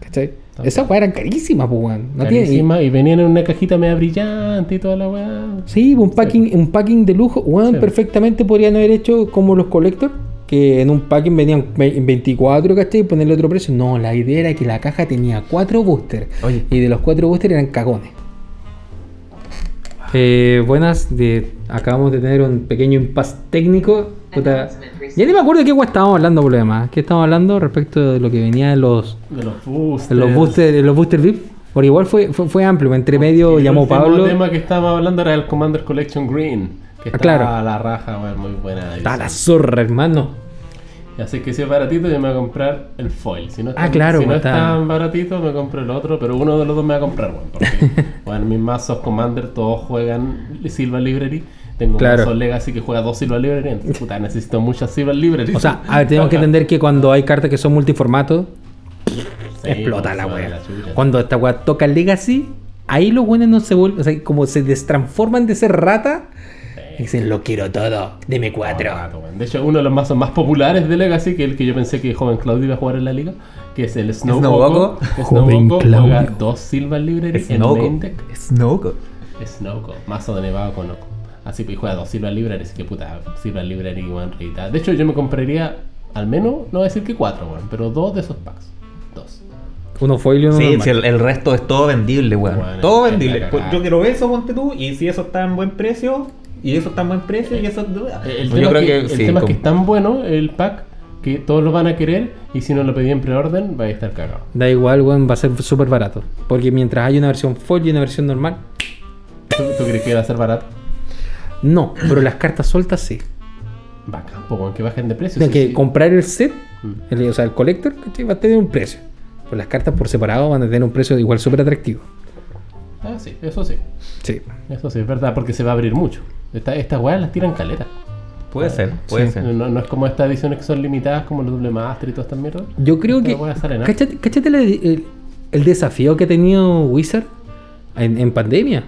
S4: ¿Cachai?
S2: También.
S4: Esas weas eran carísimas, po, weón. No tiene-
S2: Carísima, y venían en una cajita media brillante y toda la weá.
S4: Sí, un packing, un packing de lujo. Weón,
S2: Sí.
S4: perfectamente podrían haber hecho como los Collector, que en un packing venían ve- 24, ¿cachai? Y ponerle otro precio. No, la idea era que la caja tenía 4 boosters.
S1: Oye.
S4: Y de los 4 boosters eran cagones.
S5: Eh, buenas, de, acabamos de tener un pequeño impasse técnico. Puta, ya ni me acuerdo de qué guay estábamos hablando por lo demás. ¿Qué estábamos hablando respecto de lo que venía de los,
S2: De los boosters.
S5: de los boosters, de los booster VIP? Porque igual fue, fue, fue amplio, entre medio
S2: El
S5: llamó
S2: último
S5: Pablo. Ah,
S2: tema que estaba hablando era el Commander Collection Green. Que está
S5: claro.
S2: a la raja, weón, muy buena.
S5: Está la zorra, hermano.
S2: Así que si es baratito, yo me voy a comprar el foil. Si no es
S5: Ah,
S2: tan-
S5: claro,
S2: si no
S5: pues,
S2: es
S5: está-
S2: tan baratito, me compro el otro, pero uno de los dos me va a comprar, weón. Porque, bueno, mis mazos Commander todos juegan Silver Library. Tengo
S5: Claro.
S2: un mazo Legacy que juega dos Silver Library. Entonces, puta, necesito muchas Silver Library.
S5: O sea, a ver, tenemos que entender que cuando hay cartas que son multiformato, explota la wea. Cuando esta wea toca Legacy, ahí los buenos no se vuelven, o sea, como se destransforman de ser rata, y dicen, lo quiero todo, deme cuatro.
S2: Rato, weón. De hecho, uno de los mazos más populares de Legacy, que el que yo pensé que joven Claudio iba a jugar en la liga, que es el Snowboko.
S1: Snowboko.
S2: Joven juega dos Silver Library en main
S1: Snowco.
S2: deck.
S1: Snowco.
S2: Snowco, mazo de nevado con Oco. Así pues y juega dos Silver Library, así que puta, Silver Library weón, reeditada. De hecho, yo me compraría al menos, no voy a decir que cuatro, weón, pero dos de esos packs. Dos.
S5: Uno foil y uno
S1: Sí,
S5: normal.
S1: si el, el resto es todo vendible, weón.
S2: Bueno,
S1: todo
S2: es
S1: vendible.
S2: la
S1: Pues
S2: cagada.
S1: yo quiero eso, ponte tú. Y si eso está en buen precio, y eso está en buen precio, y eso.
S2: Eh,
S1: Pues
S2: El tema,
S1: yo creo
S2: es, que,
S1: que,
S2: el
S1: sí,
S2: tema es
S1: como-
S2: que es tan bueno el pack que todos lo van a querer y si no lo pedí en preorden, va a estar cagado.
S5: Da igual, weón, va a ser súper barato. Porque mientras hay una versión foil y una versión normal,
S2: ¿Tú, tú crees que va a ser barato?
S5: no, pero las cartas sueltas sí.
S2: Bacán, po, weón, que bajen de precio.
S5: Tienes
S2: sí, Mm.
S5: que
S2: sí.
S5: comprar el set, el- o sea, el collector, ¿cachai? va a tener un precio. Pues las cartas por separado van a tener un precio igual súper atractivo.
S2: Ah, sí, eso sí.
S5: Sí.
S2: Eso sí, es verdad, porque se va a abrir mucho. Esta- Estas weas las tiran caleta.
S1: Puede ser, puede ser.
S2: No, no es como estas ediciones que son limitadas, como los doble master y todas estas mierdas.
S5: Yo creo
S2: Esta
S5: que.
S2: wea sale, ¿no?
S5: Cáchate, cáchate la- el, el desafío que ha tenido Wizard en, en pandemia.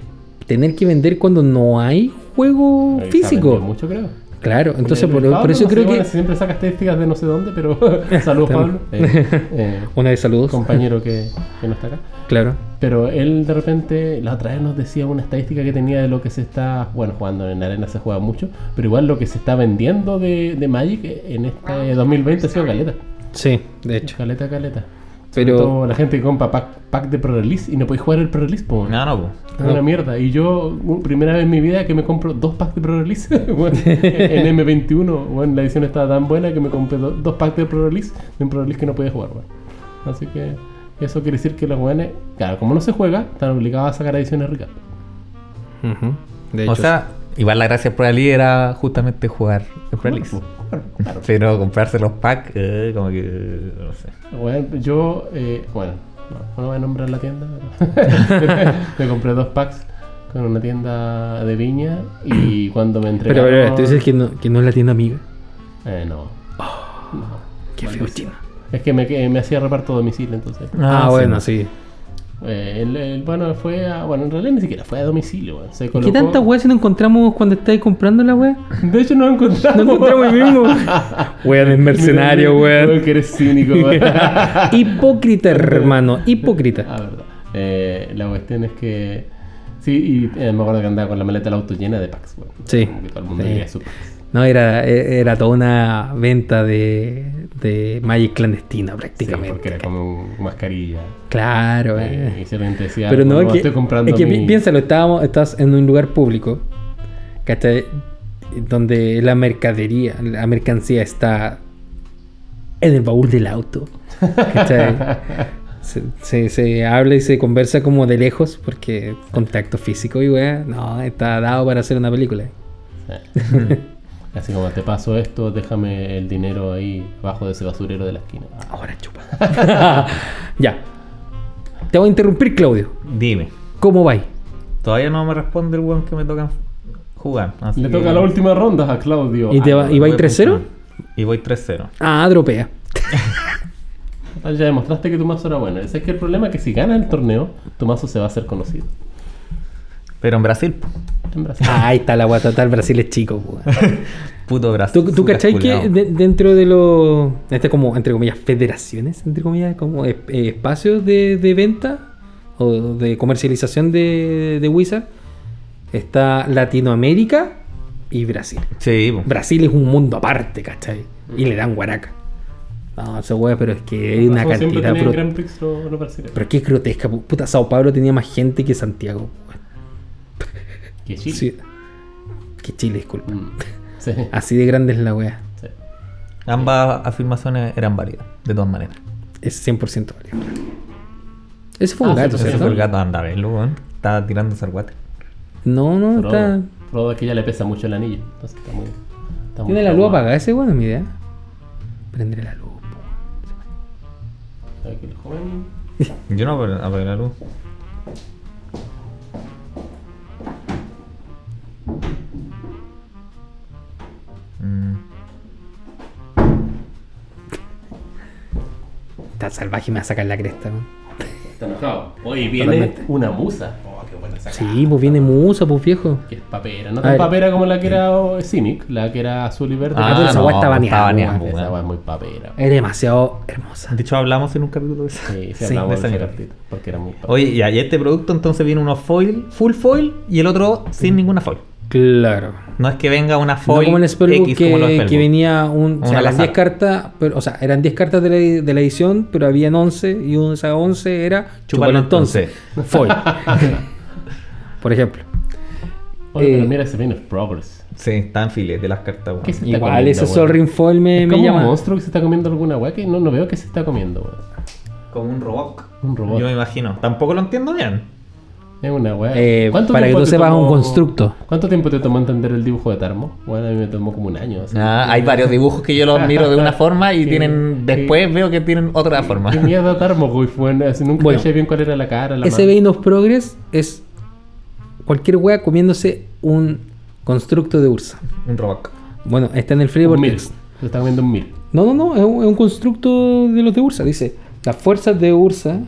S5: Tener que vender cuando no hay juego
S2: Ahí se vendió
S5: físico.
S2: Mucho, creo.
S5: Claro, entonces
S2: El-
S5: por,
S2: el
S5: por
S2: Pablo,
S5: eso
S2: no sé,
S5: creo
S2: bueno,
S5: que.
S2: siempre saca estadísticas de no sé dónde, pero. Saludos, Pablo. Eh, eh,
S5: Una de saludos,
S2: compañero que, que no está acá.
S5: claro.
S2: Pero él de repente, la otra vez nos decía una estadística que tenía de lo que se está, bueno, jugando en arena se juega mucho, pero igual lo que se está vendiendo de, de Magic en este 2020 ha sido caleta.
S5: Sí, de hecho.
S2: Caleta, caleta.
S5: Pero-
S2: Pero la gente que compra pack, pack de pre-release y no podéis jugar el pre-release, po.
S1: No, no, pues.
S2: Es
S5: Ah.
S2: una mierda. Y yo, u- primera vez en mi vida que me compro dos packs de pre-release weón, en M21. Bueno, la edición estaba tan buena que me compré do- dos packs de pre-release de un pre-release que no podía jugar. weón. Así que eso quiere decir que los weones, claro, como no se juega, están obligados a sacar ediciones ricas.
S5: Ujú, De
S1: O sea, igual la gracia del Pro Rally era justamente jugar el Pro Rally. Pero comprarse los packs, eh, como que. eh, No sé.
S2: Weón, yo, eh, bueno, no, no voy a nombrar la tienda. pero me compré dos packs con una tienda de viña y cuando me
S5: pero,
S2: entregaron...
S5: pero, tú dices que no, que no es la tienda amiga.
S2: Eh, no.
S5: Qué feo, chino.
S2: eh, Es que me, que me hacía reparto a domicilio, entonces.
S5: Ah,
S1: sí,
S5: bueno,
S1: no.
S5: sí.
S2: Eh, el, el bueno fue a. Bueno, en realidad ni siquiera fue a domicilio, weón. Se
S4: ¿Qué
S2: colocó-
S4: tanta weá si no encontramos cuando estáis comprando la weá?
S2: De hecho, no lo encontramos.
S4: No encontramos el mismo. Weón es mercenario,
S2: Weón,
S4: weón.
S2: que eres cínico, weón.
S4: Hipócrita, hermano.
S2: Ah,
S4: Hipócrita.
S2: verdad. Eh, la cuestión es que. Sí, y eh, me acuerdo que andaba con la maleta del auto llena de packs, weón.
S4: Sí.
S2: Como que todo el mundo
S4: Sí.
S2: quería su packs.
S4: No, era, e- era toda una venta de, de Magic clandestina
S2: Sí, porque
S4: prácticamente.
S2: era como mascarilla.
S4: claro,
S2: Eh,
S4: eh.
S2: y se le decía,
S4: Pero no, es que,
S2: estoy comprando.
S4: es que pi-
S2: mi-
S4: piénsalo, estábamos, estás en un lugar público, ¿cachai? Donde la mercadería, la mercancía está en el baúl del auto, ¿cachai? se, se- se habla y se conversa como de lejos, porque contacto físico y weá, no, está dado para hacer una película.
S2: Así como te paso esto, déjame el dinero ahí abajo de ese basurero de la esquina. Ah,
S4: Ahora chupa. ya. Te voy a interrumpir, Claudio.
S1: Dime.
S4: ¿Cómo va?
S1: Todavía no me responde el weón que me tocan jugar. así
S2: Le
S1: que-
S2: toca la última ronda a Claudio.
S4: ¿Y, te
S2: Ah,
S4: va, y va
S1: Voy
S4: ahí 3-0?
S1: puntuando. Y voy 3-0.
S4: Ah, dropea.
S2: Ah, Ya demostraste que tu mazo era bueno. Ese es que el problema es que si gana el torneo, tu mazo se va a hacer conocido.
S1: Pero en Brasil, po.
S2: En Brasil.
S4: Ah, ahí está la guata, tal Brasil es chico, weón.
S1: puto Brasil.
S4: ¿Tú, tú cachai que
S1: culiao.
S4: de- dentro de los. Este como, entre comillas, federaciones, entre comillas, como es- eh, espacios de, de venta o de comercialización de, de Wizard, está Latinoamérica y Brasil.
S1: Sí, po.
S4: Brasil es un mundo aparte, ¿cachai? Y le dan guaraca. No, eso weón, pero es que hay una
S2: Mazo siempre
S4: cantidad.
S2: tenía
S4: bru-
S2: Grand Prix los- los brasileños.
S4: Pero qué grotesca, pu- puta, Sao Paulo tenía más gente que Santiago. weón.
S2: Que Chile.
S4: Sí. Ah, Que Chile, disculpa.
S2: Mm. Sí,
S4: Así de grande es la wea.
S2: sí.
S1: ambas afirmaciones eran válidas, de todas maneras.
S4: Es 100% válido. Ese fue un
S2: Ah,
S4: gato,
S2: sí,
S1: Ese fue
S2: sí,
S4: ¿cierto?
S1: el gato andabelo, weón. Estaba tirando salguate.
S4: No, no, está.
S2: Frodo, Frodo es que ya le pesa mucho el anillo. Entonces está muy. está muy
S4: Tiene la luz
S2: traumado.
S4: apagada ese weón, mi idea. Prendré la luz. po.
S2: Sabe que el joven-
S1: Yo no ap- apagué la luz. Mm,
S4: Está salvaje y me va a sacar la cresta. weón.
S2: Está enojado. Hoy viene
S4: Totalmente.
S2: una musa. Oh, qué buena saca.
S4: Sí, pues viene musa, pues viejo.
S2: Que es papera. No
S4: A
S2: tan
S4: ver.
S2: papera como la que era oh, Simic, la que era azul y verde.
S1: Ah,
S4: pero esa
S1: no,
S4: weá está
S1: está
S4: baneada,
S1: baneada,
S4: weón.
S2: Esa
S1: weón.
S2: weá es muy papera.
S4: Es demasiado hermosa.
S1: De hecho, hablamos en un capítulo de eso.
S2: Sí,
S1: Sí,
S2: sí, hablamos
S1: de
S2: de
S1: esa
S2: esa
S1: mierda.
S2: cartita, Porque era muy papera.
S1: Oye, y ahí este producto entonces viene uno foil, full foil y el otro sin ninguna foil.
S4: Claro.
S1: No es que venga una
S4: No
S1: foil
S4: como el Spellbook
S1: X
S4: que,
S1: como los
S4: que
S1: Spellbook.
S4: venía un. O
S1: Una
S4: sea,
S1: al
S4: las
S1: azar.
S4: 10 cartas. Pero, o sea, eran 10 cartas de la, de la edición, pero habían 11. Y un- esa 11 era. Chupalo
S1: Chúpalo
S4: entonces. Foil. Por ejemplo.
S2: Oye, pero
S4: eh,
S2: mira ese viene Probbers.
S1: Sí, está en filete las cartas, weón.
S2: ¿Qué se está
S4: Igual
S2: comiendo,
S4: ese
S2: weón?
S4: Sol Ring Foil me,
S2: Es
S4: eh, me
S2: como un
S4: llama.
S2: monstruo que se está comiendo alguna weá que no, no veo que se está comiendo, weón.
S1: Como un robot.
S2: Un robot.
S1: Yo me imagino. Tampoco lo entiendo bien.
S2: Es una weá.
S4: Eh,
S2: ¿Cuánto
S4: para que
S2: tiempo
S4: tú
S2: te
S4: sepas,
S2: tomó-
S4: un constructo.
S2: ¿Cuánto tiempo te tomó entender el dibujo de Tarmo? Bueno, a mí me tomó como un año. así.
S1: Ah, hay varios dibujos que yo los miro de una forma y tienen. Después veo que tienen otra forma.
S2: Qué mierda Tarmo, güey. Fue una- así nunca
S4: Ah, Bueno,
S2: caché bien cuál era la cara, la
S4: Ese
S2: mano.
S4: Vein of Progress es cualquier wea comiéndose un constructo de Ursa.
S1: Un robot.
S4: Bueno, está en el Free
S2: Un mir.
S4: Vortex.
S2: Se está comiendo un mir.
S4: No, no, no, es un, es un constructo de los de Ursa. Dice, las fuerzas de Ursa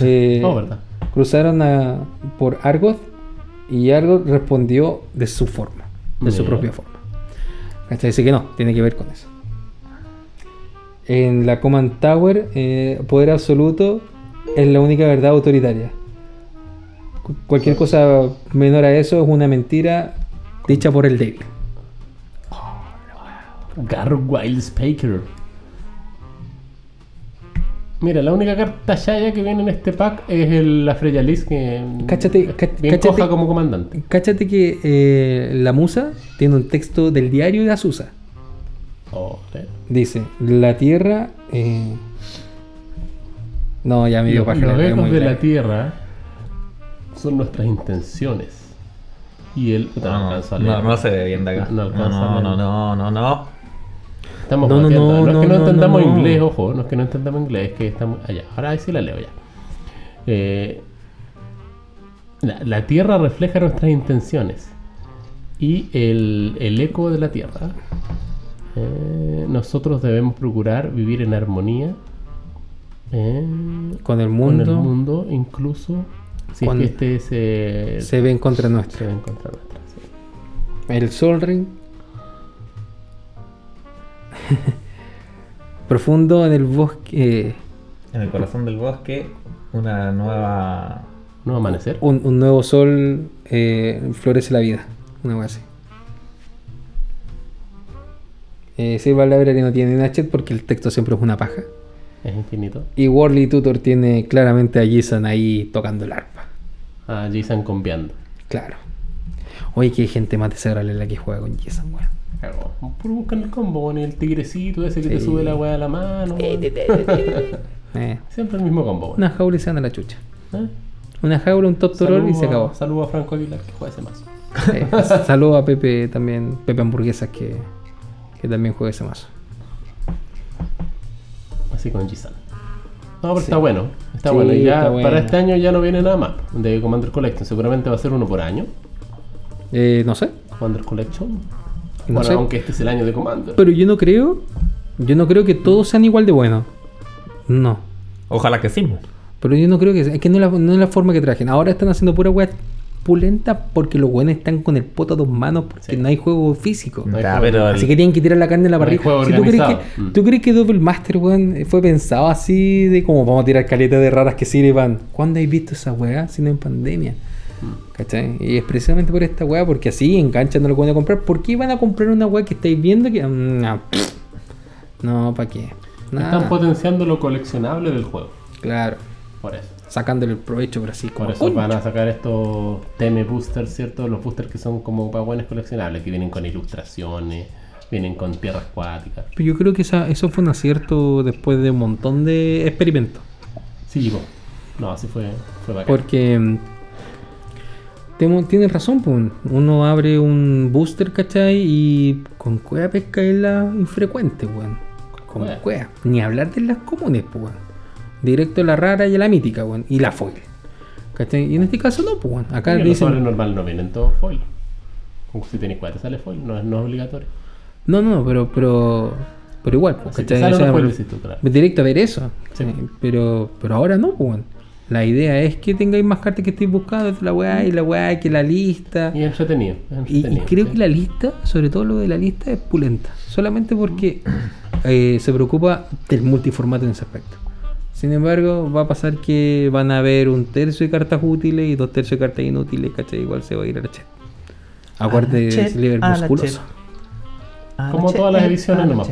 S4: eh,
S2: No, Oh, ¿verdad?
S4: cruzaron a- por Argoth y Argoth respondió de su forma, de su
S2: Mira.
S4: propia forma. ¿Cachai? Dice que no, tiene que ver con eso. En la Command Tower, eh, poder absoluto es la única verdad autoritaria. Cu- Cualquier cosa menor a eso es una mentira dicha por el débil.
S2: Gargoyle Spaker. Mira, la única carta Shaya que viene en este pack es el- la Freya Liz que.
S4: Cáchate,
S2: es
S4: ca-
S2: bien
S4: cáchate.
S2: coja como comandante.
S4: Cáchate que eh, la musa tiene un texto del diario de Azusa.
S2: Oh, ¿eh?
S4: Dice, la tierra... eh, No, ya me dio
S2: Los
S4: página.
S2: lejos de la tierra son nuestras intenciones. Y el. puta, no
S1: No, no,
S2: alcanzo a leer.
S1: no, no se ve bien de acá.
S2: No
S1: No, no,
S2: alcanza a
S1: no, no,
S2: leer.
S1: no, no,
S2: Estamos
S4: No, no,
S2: guateando.
S4: no,
S2: No, es que
S4: no,
S2: no
S4: no,
S2: entendamos
S4: no.
S2: inglés, ojo. No es que no entendamos inglés, es que estamos allá. Ahora sí la leo ya. Eh, la, la tierra refleja nuestras intenciones. Y el, el eco de la tierra. eh, nosotros debemos procurar vivir en armonía Eh,
S4: con el
S2: con el
S4: mundo,
S2: mundo, incluso si
S4: Cuando
S2: es que este se,
S4: se ven contra
S2: se
S4: nuestro.
S2: va en contra nuestra. sí.
S4: El Sol Ring. Profundo en el bosque. eh,
S1: En el corazón del bosque, una nueva.
S2: No va a amanecer.
S4: un, un nuevo sol eh, florece la vida. Una wea así. Eh, Silva Labrari no tiene Nachet porque el texto siempre es una paja.
S2: Es infinito.
S4: Y Worley Tutor tiene claramente a Jason ahí tocando el arpa.
S2: Ah, Jason combiando.
S4: Claro. Oye, qué gente más desagradable la que juega con Jason, weón.
S2: Cagó. Puro buscan el combo, con el tigrecito ese que te sube la weá a la mano.
S4: Eh,
S2: Siempre el mismo combo.
S4: una jaula y se anda la chucha.
S2: ¿eh?
S4: Una jaula, un top torol y se acabó.
S2: A, saludo a Franco Aguilar que juega ese mazo.
S4: Eh, saludo a Pepe también, Pepe Hamburguesas que, que también juega ese mazo.
S2: Así con Gisan. No, pero está bueno. Está
S4: Sí,
S2: bueno. Y Ya,
S4: está bueno.
S2: Para este año ya no viene nada más de Commander Collection. Seguramente va a ser uno por año.
S4: Eh, no sé,
S2: Commander Collection.
S4: No
S2: bueno,
S4: sé.
S2: aunque este es el año de Commander.
S4: pero yo no creo, yo no creo que todos sean igual de buenos. No,
S1: Ojalá que sí.
S4: pero yo no creo que es que no es la, no es la forma que trajen. Ahora están haciendo pura wea pulenta porque los buenos están con el poto a dos manos porque no hay juego físico.
S2: hay
S1: Ya,
S2: juego.
S1: pero el-
S4: Así que tienen que tirar la carne en la
S2: No hay
S4: parrilla.
S2: juego
S4: Si ¿tú, crees
S2: organizado.
S4: que,
S2: Mm.
S4: ¿Tú crees que Double Master, weón, fue pensado así de como vamos a tirar caletas de raras que sirvan? ¿Cuándo habéis visto esa weá? Si no en pandemia.
S2: Mm.
S4: ¿Cachai? Y es precisamente por esta weá, porque así enganchan no lo pueden comprar. ¿Por qué van a comprar una weá que estáis viendo que. mm, No, no ¿para qué?
S2: Están
S4: Nada.
S2: potenciando lo coleccionable del juego.
S4: Claro,
S2: Por eso.
S4: sacándole el provecho, pero así como.
S2: Por eso van a sacar estos TM boosters, ¿cierto? Los boosters que son como para buenos coleccionables, que vienen con ilustraciones, vienen con tierras acuáticas.
S4: Pero yo creo que esa- eso fue un acierto después de un montón de experimentos.
S2: Sí, llegó. No, así fue, fue bacán.
S4: Porque mm, temo- tienes razón, pues, uno abre un booster, ¿cachai? Y con cueva pesca es la infrecuente, weón. Con
S2: Cueva.
S4: cueva. Ni hablar de las comunes, pues, weón. Directo a la rara y a la mítica, weón. Y la foil. ¿Cachai? Y en este caso no, pues, weón. Acá
S2: Porque los sobres
S4: dicen...
S2: normal no vienen todos foil. Como si tenés cuatro sale foil, no, es- no es obligatorio.
S4: No, no, pero... pero... Pero igual, pues,
S2: Si te
S4: ¿cachai?
S2: sale
S4: O sea,
S2: una foil, decís tú, claro.
S4: directo a ver eso.
S2: Sí.
S4: Eh, Pero, pero ahora no, pues, weón. La idea es que tengáis más cartas que estéis buscando, la weá, y la weá, que la lista.
S2: Y es entretenido. es
S4: Y, y
S2: entretenido,
S4: creo
S2: sí.
S4: que la lista, sobre todo lo de la lista, es pulenta. Solamente porque eh, se preocupa del multiformato en ese aspecto. Sin embargo, va a pasar que van a haber un tercio de cartas útiles y dos tercios de cartas inútiles, ¿cachai? Igual se va a ir a la chat. Acuérdate de
S1: chat,
S4: Sliver
S1: a la
S4: musculoso.
S2: Como todas las ediciones nomás.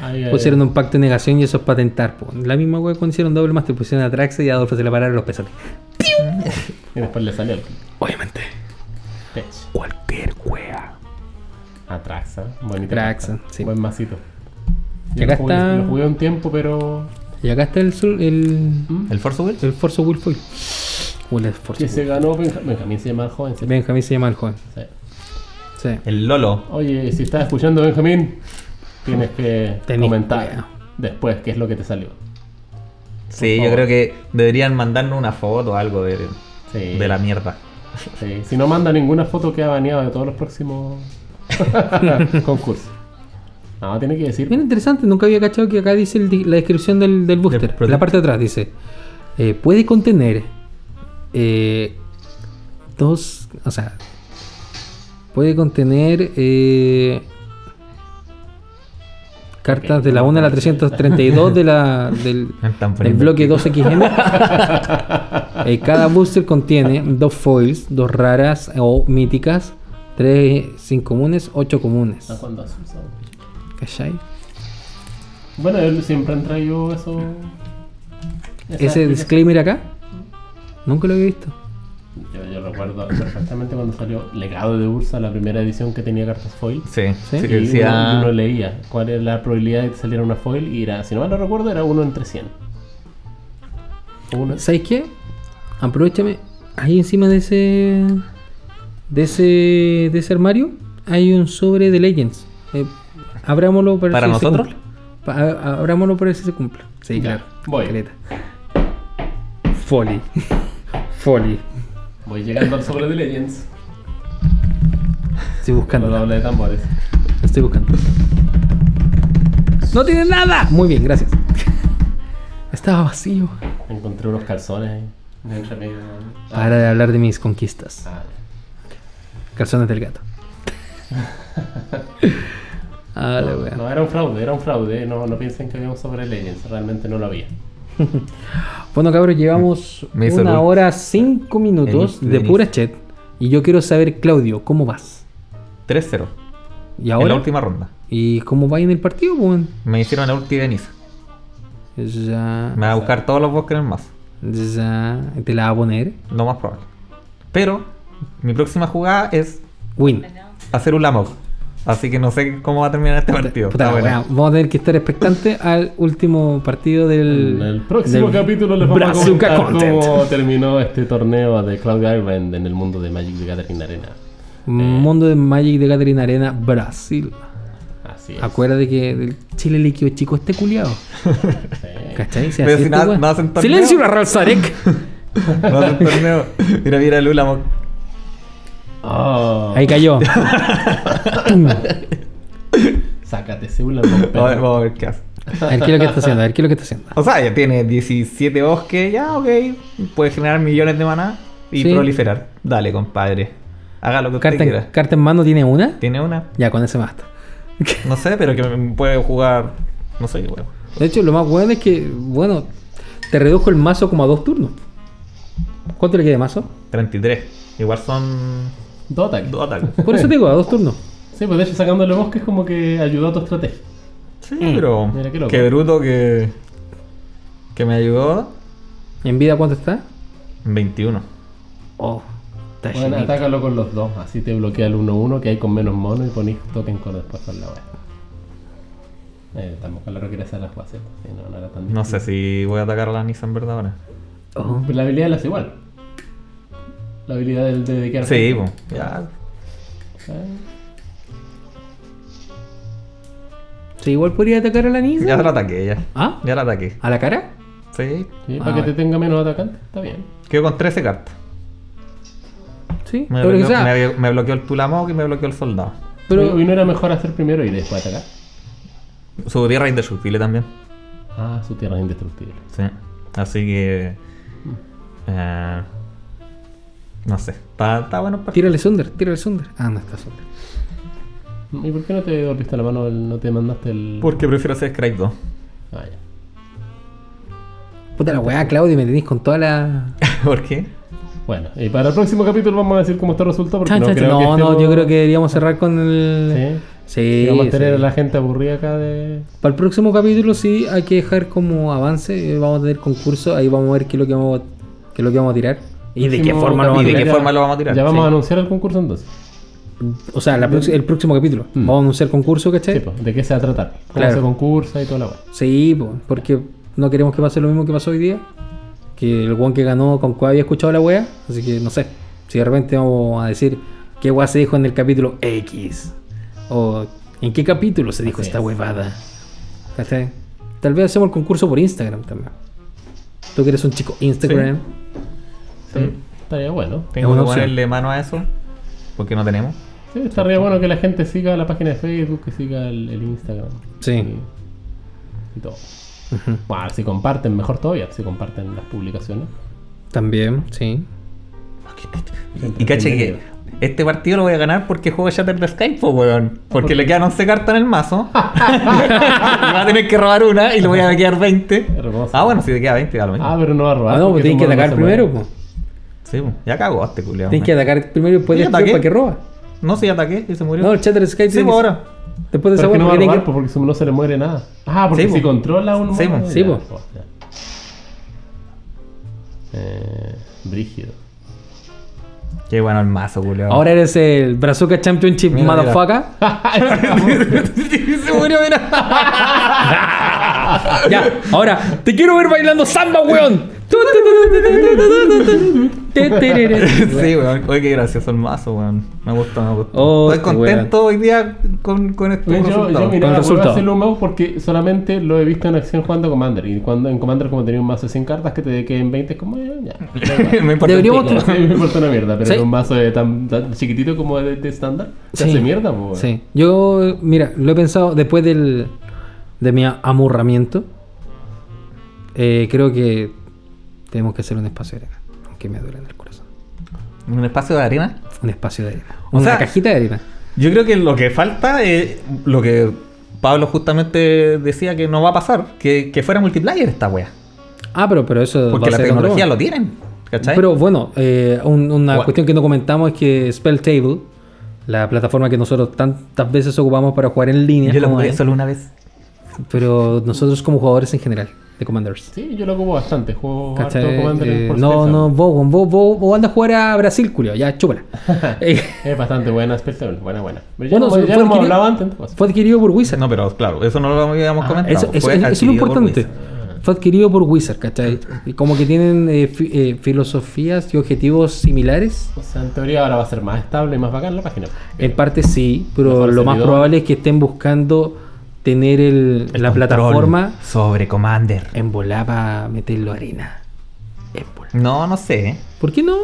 S2: Ahí, eh,
S4: Pusieron un pacto de negación y eso es patentar. po. La misma wea cuando hicieron Double Master, pusieron a Traxa y a Adolfo se le pararon los pesates.
S2: Y después le salió el
S3: Obviamente,
S2: Tech.
S3: cualquier wea.
S2: Atraxa. Bonita.
S4: Traxa,
S2: carta,
S4: sí.
S2: Buen masito.
S4: Y
S2: Yo
S4: acá
S2: lo jugué-
S4: está-
S2: Lo jugué un tiempo, pero. ¿Mm?
S4: Y acá está el, sol- el,
S1: ¿El Force Wheel?
S4: el Force Will Foil. O el Force
S2: Que se
S4: Will.
S2: ganó Benja- Benjamín, se llama el joven. ¿cierto?
S4: Benjamín se llama el joven.
S2: Sí.
S4: Sí.
S1: El Lolo.
S2: Oye, si estás escuchando Benjamín, tienes que
S4: Tenés
S2: comentar
S4: cuidado.
S2: después qué es lo que te salió.
S1: Sí, yo creo que deberían mandarnos una foto o algo de,
S2: Sí.
S1: de la mierda.
S2: Sí, Si no manda ninguna foto queda baneado de todos los próximos concursos. No, tiene que decir.
S4: Bien interesante, nunca había cachado que acá dice el di- la descripción del, del booster.
S1: producto.
S4: la parte de atrás dice: eh, puede contener eh, dos. O sea, puede contener eh, cartas de la 1 a la 332 de la, del,
S1: Están
S4: del
S1: poniendo
S4: bloque
S1: el pico.
S4: 2XM. Eh, cada booster contiene dos foils, dos raras o míticas, tres sin comunes, ocho comunes.
S2: Ah, cuando hace eso.
S4: ¿Cachai?
S2: Bueno, él siempre han traído eso. esa
S4: Ese
S2: explicación.
S4: disclaimer acá, nunca lo había visto.
S2: Yo, yo recuerdo perfectamente cuando salió Legado de Ursa, la primera edición que tenía cartas foil.
S1: Sí,
S4: Sí,
S1: sí,
S2: Y
S1: que
S2: uno,
S1: decía.
S2: uno leía cuál era la probabilidad de que saliera una foil y era, si no mal no recuerdo, era uno entre 100. Uno,
S4: ¿Sabes qué? Aprovechame. Ahí encima de ese. De ese. De ese armario. Hay un sobre de Legends. Eh, abrámoslo para,
S1: ¿Para
S4: ver si se
S1: nosotros?
S4: cumple. Pa- a- abrámoslo para ver si se cumple. Sí,
S2: Ya,
S4: claro.
S2: voy.
S4: Caleta. Folly. Folly.
S2: Voy llegando al sobre de Legends.
S4: Estoy
S2: Con la
S4: buscando.
S2: doble de tambores.
S4: Estoy buscando. ¡No tiene nada! Muy bien, gracias. estaba vacío.
S2: Encontré unos calzones ahí. Entre medio.
S4: Para de hablar de mis conquistas.
S2: Ah,
S4: Calzones del gato. Ah, la wea.
S2: No, era un fraude, era un fraude. No, no piensen que había un sobre Legends, realmente no lo había.
S4: Bueno, cabros, llevamos
S1: Me hizo
S4: una
S1: el-
S4: hora cinco minutos
S1: el-
S4: de
S1: el-
S4: pura chat. Y yo quiero saber, Claudio, ¿cómo vas?
S1: 3-0.
S4: ¿Y
S1: En la
S4: ahora?
S1: última ronda.
S4: ¿Y cómo va en el partido, pues, weón?
S1: Me hicieron la ulti de Nisa.
S4: Ya.
S1: Me va a buscar todos los bosques en el mazo.
S4: Ya. Te la va a poner.
S1: Lo más probable. Pero, mi próxima jugada es
S4: Win.
S1: hacer un Lamog. Así que no sé cómo va a terminar este partido.
S4: Puta
S1: Está
S4: la
S1: bueno.
S4: wea, Vamos a tener que estar expectantes al último partido del.
S2: En el próximo
S4: del
S2: capítulo les vamos a
S4: Brazuca
S2: comentar
S4: Content.
S2: cómo terminó este torneo de Cloud Island en el mundo de Magic de Gathering Arena.
S4: Mundo de Magic de Gathering Arena, Brasil.
S2: Así es.
S4: Acuérdate que del Chile le quedó chico este culiado. ¿Cachai? Si
S1: Pero
S4: así
S1: si
S4: es
S1: nada-
S4: tu wea.
S1: nada hacen torneo.
S4: Silencio, Barral Zarek.
S1: No hace el torneo. Mira, mira el Ulamog.
S2: Oh,
S4: Ahí cayó.
S2: sácate ese Ulan,
S1: Vamos a ver- vamos a ver qué hace.
S4: A ver qué es lo que está haciendo, a ver qué es lo que está haciendo.
S1: O sea, ya tiene 17 bosques, ya, ok. Puede generar millones de maná y
S4: Sí.
S1: proliferar. Dale, compadre. Haga lo que usted
S4: Carta en,
S1: quiera.
S4: carta en mano tiene una.
S1: Tiene una,
S4: Ya, con ese basta.
S1: no sé, pero que me- puede jugar. No sé, weón.
S4: De hecho, lo más bueno es que, bueno, te redujo el mazo como a dos turnos. ¿Cuánto le queda de mazo?
S1: 33. Igual son.
S2: Dos ataques.
S1: Dos ataques.
S4: Por eso te digo, a dos turnos.
S2: Sí, pues de hecho sacando los bosques como que ayudó a tu estrategia.
S1: Sí, pero.
S2: Mm. Mira, qué loco.
S1: Qué bruto que. Que me ayudó.
S4: ¿En vida cuánto está?
S1: 21.
S4: Oh, está
S2: Bueno,
S4: llenito.
S2: atácalo con los dos, así te bloquea el 1-1 que hay con menos mono y ponís token con después con la web. Eh, estamos claro que era esa las facetas, sí, no, no era tan
S1: No
S2: difícil.
S1: sé si voy a atacar a la Nisa en verdad ahora.
S4: Oh.
S2: Pero la habilidad la hace igual. La habilidad del de Ah, dedicar.
S1: Sí, pues. Ya.
S4: Sí, igual podría atacar a la
S1: Ya
S4: niña.
S1: la ataqué, ya.
S4: ¿Ah?
S1: Ya la ataqué.
S4: ¿A la cara?
S1: Sí.
S2: Sí,
S4: Ah,
S2: para que te
S4: bueno.
S2: tenga menos atacante, está bien.
S1: Quedo con 13 cartas.
S4: Sí,
S1: Me
S4: pero
S1: bloqueó,
S4: quizá-
S1: me- me bloqueó el Tulamog y me bloqueó el soldado.
S4: Pero-
S2: Pero... ¿Y no era mejor hacer primero y después atacar?
S1: Su tierra es indestructible también.
S2: Ah, su tierra es indestructible.
S1: Sí. Así que. eh, no sé. Está, está bueno el partido.
S4: Tírale Sunder, tírale Sunder. Ah, no está Sunder.
S2: ¿Y por qué no te golpeaste la mano, el- no te mandaste el...?
S1: Porque prefiero hacer Scrape 2.
S2: Ah, ya.
S4: Puta la weá, Claudio, me tenéis con toda la.
S1: ¿Por qué?
S2: Bueno, y para el próximo capítulo vamos a decir cómo está el resultado porque
S4: Chan,
S2: no
S4: chan, chan.
S2: creo
S4: No,
S2: que
S4: no,
S2: estemos-
S4: yo creo que deberíamos cerrar con el.
S2: Sí.
S4: Sí.
S2: Y vamos a tener
S4: sí.
S2: a la gente aburrida acá de.
S4: Para el próximo capítulo sí hay que dejar como avance, eh, vamos a tener concurso, ahí vamos a ver qué es lo que vamos a, qué es lo que vamos a tirar.
S2: ¿Y de qué
S1: forma lo vamos a tirar? ¿Y de qué forma lo vamos a tirar?
S2: Ya vamos
S1: Sí.
S2: a anunciar el concurso entonces.
S4: O sea, la prox- el próximo capítulo. Vamos a anunciar concurso, ¿cachai?
S2: Sí, pues, ¿De qué se va a tratar? ¿Cómo
S4: Claro.
S2: se concursa y toda la web?
S4: Sí, po, porque no queremos que pase lo mismo que pasó hoy día. Que el guan que ganó con cuál había escuchado la wea. Así que no sé. Si de repente vamos a decir qué wea se dijo en el capítulo X. O en qué capítulo se dijo
S2: Así
S4: esta
S2: es.
S4: huevada. ¿Cachai? Tal vez hacemos el concurso por Instagram también. Tú que eres un chico Instagram.
S1: Mm.
S2: Estaría bueno.
S1: Tengo
S4: una
S1: que
S4: opción.
S1: ponerle mano a eso. Porque no tenemos.
S2: Sí, estaría bueno que la gente siga la página de Facebook, que siga el, el Instagram.
S4: Sí.
S2: Y, y todo. Bueno, si comparten, mejor todavía. Si comparten las publicaciones.
S4: También, sí.
S1: Y caché que este partido lo voy a ganar porque juego Shatter the Sky, po, weón. Porque le quedan 11 cartas en el mazo. me va a tener que robar una y le voy a quedar 20.
S2: Hermoso.
S1: Ah, bueno, si te queda 20, da lo mismo.
S2: Ah, pero no va a robar.
S4: Ah, no, pues
S2: porque
S4: tienes
S2: tu
S4: que
S2: mano no se
S4: atacar primero,
S2: mueve.
S4: po.
S1: Sí, po. ya cagó este culiao.
S4: Tienes que atacar primero y después
S1: Sí,
S4: de
S1: ataqué.
S4: para que roba.
S1: No, si ataqué y se murió.
S4: No, el chatter Skype.
S1: Sí,
S4: tiene
S1: po,
S4: que-
S1: ahora.
S4: Después de esa
S2: pues Pero es que
S4: wea,
S2: no va a
S4: porque tiene
S2: robar
S4: que-
S2: po, porque su- no se le muere nada. Ah, porque
S1: Sí,
S2: si
S1: po.
S2: controla un
S1: Sí,
S2: mono,
S1: po.
S4: Sí,
S2: ya,
S4: po.
S2: ya. Eh, brígido.
S1: Qué bueno el mazo, culiao.
S4: Ahora eres el Brazuca Championship
S1: Mira, mira.
S4: motherfucker.
S1: se murió, mira.
S4: Ya, ahora, te quiero ver bailando samba, weón.
S1: sí, weón. Oye, qué gracioso el mazo, weón. Me gusta, me gusta.
S4: Oh,
S1: Estoy
S4: qué
S1: contento hoy día con, con este
S2: Yo, yo
S1: resultado.
S2: miraba,
S4: Con el
S2: vuelvo
S4: resultado.
S2: a hacerlo un mago porque solamente lo he visto en acción jugando Commander. Y cuando en Commander, como tenía un mazo de 100 cartas que te queden 20, es como. eh, ya.
S1: me importa un
S4: Deberíamos
S1: pico.
S2: Sí, me importa una mierda, pero
S4: Sí.
S2: en un mazo de tan, tan chiquitito como de de estándar, se
S4: Sí.
S2: hace mierda, po, weón.
S4: Sí, yo, mira, lo he pensado después del, de mi amurramiento. eh, creo que tenemos que hacer un espacio de arena, aunque me duele en el corazón.
S1: ¿Un espacio de arena?
S4: Un espacio de arena.
S1: O
S4: Una
S1: sea-
S4: cajita de arena.
S1: Yo creo que lo que falta es lo que Pablo justamente decía que no va a pasar, que, que fuera multiplayer esta wea.
S4: Ah, pero, pero eso.
S1: Porque
S4: va
S1: la
S4: a ser otro
S1: tecnología
S4: momento.
S1: lo tienen. ¿Cachai?
S4: Pero bueno, eh, un- una
S1: Bueno.
S4: cuestión que no comentamos es que Spelltable, la plataforma que nosotros tantas veces ocupamos para jugar en línea,
S1: Yo lo
S4: como
S1: jugué
S4: es,
S1: solo una vez.
S4: pero nosotros como jugadores en general, de Commanders.
S2: Sí, yo lo ocupo bastante. Juego Oh, harto
S4: ¿cachai?
S2: Commander
S4: Eh,
S2: por
S4: no,
S2: Steam.
S4: no, vos, weón, vos, vos, vos andas a jugar a Brasil, Julio, ya, chúpala. Eh,
S2: Es bastante buena, espectacular. Buena, buena. Pero ya
S4: Bueno,
S2: no-
S4: fue
S2: ya no hemos
S4: adquirido-
S2: hablado antes. entonces.
S4: fue adquirido por Wizard.
S1: No, pero claro, eso no lo habíamos comentado.
S4: Eso, eso-
S1: Fue
S4: eso es lo
S1: adquirido por
S4: importante.
S1: Wizard. Mm.
S4: Fue adquirido por Wizard, ¿cachai? Y como que tienen eh, fi- eh, filosofías y objetivos similares.
S2: O sea, en teoría ahora va a ser más estable y más bacán la página.
S4: En parte sí, pero
S2: Mejor
S4: lo más
S2: servidor.
S4: probable es que estén buscando tener el-
S1: El
S4: la
S1: control
S4: plataforma
S1: Sobre Commander.
S4: en volá para meterlo a arena. En volá.
S1: No, no sé. ¿eh?
S4: ¿Por qué no?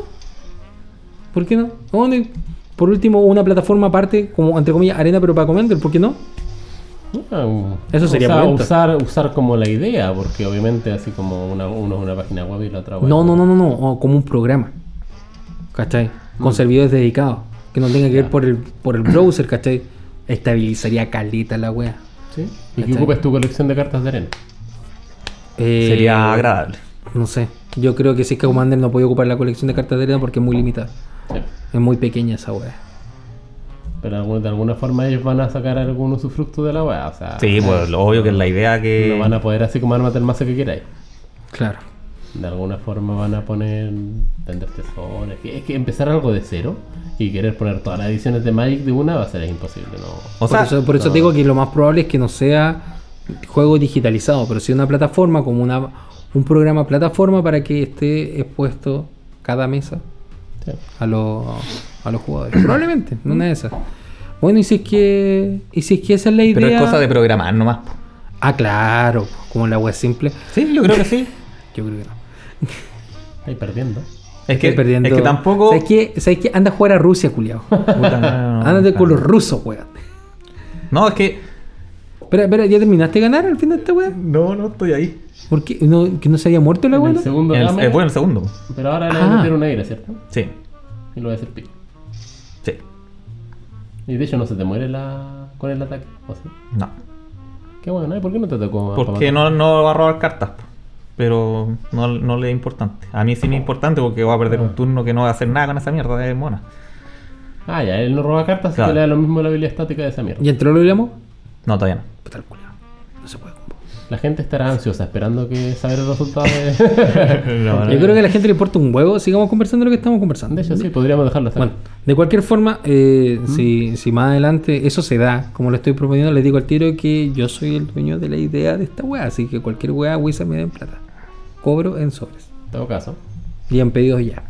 S4: ¿Por qué no? Bueno, y por último, una plataforma aparte, como entre comillas, arena, pero para Commander, ¿por qué no?
S2: Ah,
S4: Eso sería
S2: o sea,
S4: polenta.
S2: usar, usar como la idea, porque obviamente así como una, uno es una página web y la
S1: Ah,
S2: otra web.
S4: No, no, no, no, no, o como un programa. ¿Cachai? Con
S1: Mm.
S4: servidores dedicados. Que no tenga que ver por el, por el browser, ¿cachai? Estabilizaría caleta la wea.
S2: ¿Sí? Y que
S4: ¿Cachai?
S2: ocupes tu colección de cartas de arena.
S4: Eh,
S1: Sería agradable.
S4: No sé. Yo creo que sí que Commander no puede ocupar la colección de cartas de arena porque es muy limitada.
S2: Sí.
S4: Es muy pequeña esa wea.
S2: Pero algún- de alguna forma ellos van a sacar algún usufructo de la web. O sea,
S1: Sí, pues lo obvio que es la idea que.
S2: no van a poder así como armarte el mazo que queráis.
S4: Claro.
S2: De alguna forma van a poner. vender tesoros. Es que empezar algo de cero y querer poner todas las ediciones de Magic de una va a ser imposible. No.
S1: O sea,
S4: por eso, por eso te digo que lo más probable es que no sea juego digitalizado, pero sí una plataforma, como una, un programa plataforma para que esté expuesto cada mesa
S2: Sí.
S4: a, los a los jugadores. Probablemente, en una de esas. Bueno, y si es que, y si es que esa es la idea.
S1: pero es cosa de programar nomás. po.
S4: Ah, claro, como la web simple.
S1: Sí, yo creo que sí.
S4: Yo creo que no.
S2: Ahí perdiendo.
S1: Es que,
S4: Estoy perdiendo-
S1: es que tampoco.
S4: ¿Sabes qué? ¿Sabes qué? Anda a jugar a Rusia, culiao.
S1: Puta, no, no,
S4: Ándate
S1: no,
S4: con
S1: no.
S4: los rusos, weón.
S1: No, es que.
S4: Espera, espera, ¿ya terminaste de ganar al final esta weón?
S1: No, no estoy ahí.
S4: ¿Por qué? ¿No, ¿Que no se había muerto el
S2: En
S4: abuelo?
S2: el segundo
S1: El,
S2: game,
S1: eh, bueno, el segundo.
S2: Pero ahora le voy a
S4: Ah.
S2: meter una ira, ¿cierto?
S1: Sí,
S2: Y lo voy a hacer pico.
S1: sí.
S2: Y de hecho no se te muere la... con el ataque. ¿o sí?
S1: No.
S2: Qué bueno, ¿y por qué no te tocó?
S1: Porque no, no va a robar cartas. po. Pero no, no le es importante. A mí sí me es importante porque voy a perder un turno que no va a hacer nada con esa mierda de mona.
S2: Ah, ya, él no roba cartas, así
S1: Claro.
S2: que le da lo mismo la habilidad estática de esa mierda.
S4: ¿Y entró lo llamo?
S1: No, todavía no.
S4: Puta el culiao. No se puede.
S2: La gente estará ansiosa esperando que saber el resultado de...
S4: Yo creo que a la gente le importa un huevo. Sigamos conversando lo que estamos conversando.
S2: de hecho, sí, podríamos dejarlo hasta
S4: Bueno,
S2: aquí.
S4: de cualquier forma, eh, si, si más adelante eso se da, como lo estoy proponiendo, les digo al tiro que yo soy el dueño de la idea de esta wea. Así que cualquier wea, Wizard me da en plata. Cobro en sobres.
S2: En todo caso,
S4: Y en pedidos ya.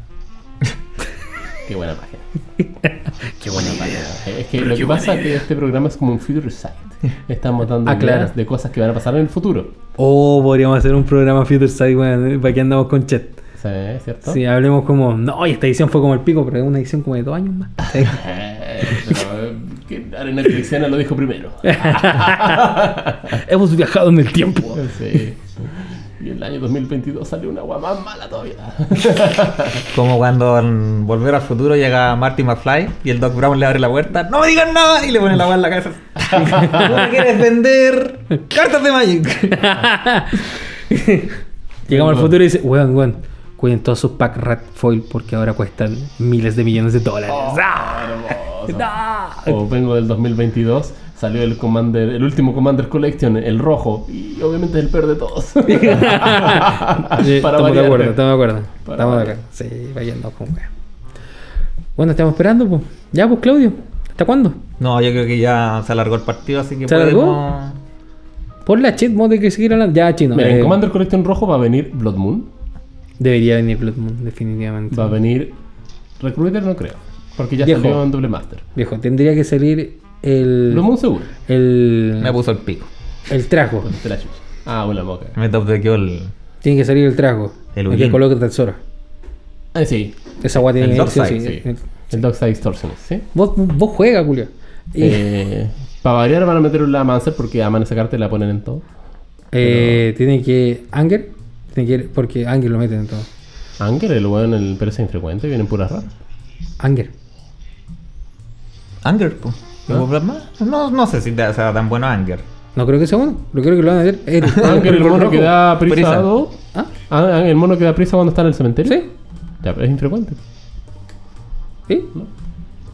S2: qué buena página. qué buena página. Es que lo que pasa es que este programa es como un future site. Estamos dando
S4: Ah, claro.
S2: ideas de cosas que van a pasar en el futuro.
S4: O Oh, podríamos hacer un programa Future Side, weón, eh, para que andamos con chat.
S2: ¿Sí? ¿Cierto?
S4: Si hablemos como, no, y esta edición fue como el pico, pero es una edición como de dos años más. Sí.
S2: Eh, pero, eh, que Arena Cristiana lo dijo primero.
S4: Hemos viajado en el tiempo.
S2: Sí. Y el año 2022 salió una agua más mala todavía.
S1: Como cuando en Volver al Futuro llega Marty McFly y el Doc Brown le abre la puerta, no me digan nada, y le pone la mano en la cabeza. ¿No me quieres vender cartas de Magic?
S4: Llegamos al futuro y dice, weón, weón, cuiden todos sus pack rat foil porque ahora cuestan miles de millones de dólares.
S2: Oh. O vengo del 2022, salió el Commander, el último Commander Collection, el rojo, y obviamente es el peor de todos.
S4: Sí,
S2: Para
S4: estamos de
S2: variar.
S4: acuerdo, estamos de acuerdo.
S2: Para
S4: estamos de
S2: variar.
S4: acuerdo. Sí, vayando con weón. Bueno, estamos esperando, pues. Ya, pues, Claudio. ¿Hasta cuándo?
S1: No, yo creo que ya se alargó el partido, así que
S4: ¿Se alargó?
S1: podemos.
S4: Por la chat mod de que seguir hablando. Ya, chino.
S2: Mira,
S4: eh,
S2: en Commander Collection rojo va a venir Blood Moon,
S4: Debería venir Blood Moon, definitivamente.
S2: va a venir Recruiter, no creo, porque ya
S4: Viejo.
S2: salió en Double Master.
S4: Viejo, tendría que salir el.
S2: Blood Moon seguro.
S1: Me
S4: El.
S1: puso el pico.
S4: El trago.
S2: Pues te la chucha. Ah, una moca.
S1: Me top de el.
S4: Tiene que salir el trago.
S1: El
S4: El,
S1: Ullín.
S4: que coloca el tesoro.
S2: Ah, sí.
S4: Esa guay tiene
S1: El
S4: que sí,
S1: Dockside,
S4: sí,
S2: sí.
S4: eh,
S2: El Dockside Distortionist, ¿sí?
S4: Vos, vos juegas, Julio. Y-
S2: Eh, para variar van a meter un Lamancer porque aman esa carta y la ponen en todo.
S4: eh, Tiene que. Anger. Tiene que ir- porque Anger lo meten en todo.
S2: Anger, el weón, el pero es infrecuente, vienen puras raras.
S4: Anger.
S1: Anger, pues.
S4: ¿Ah?
S1: ¿Tengo problemas? No, no sé si da- sea tan bueno Anger.
S4: No creo que sea bueno. Lo creo que lo van a hacer. El,
S2: Anger, el mono que da prisa.
S1: Prisa.
S2: a dos.
S4: Ah.
S2: Ah, el mono que da prisa cuando está en el cementerio. Sí. Ya, pero es infrecuente.
S4: ¿Sí?
S2: No.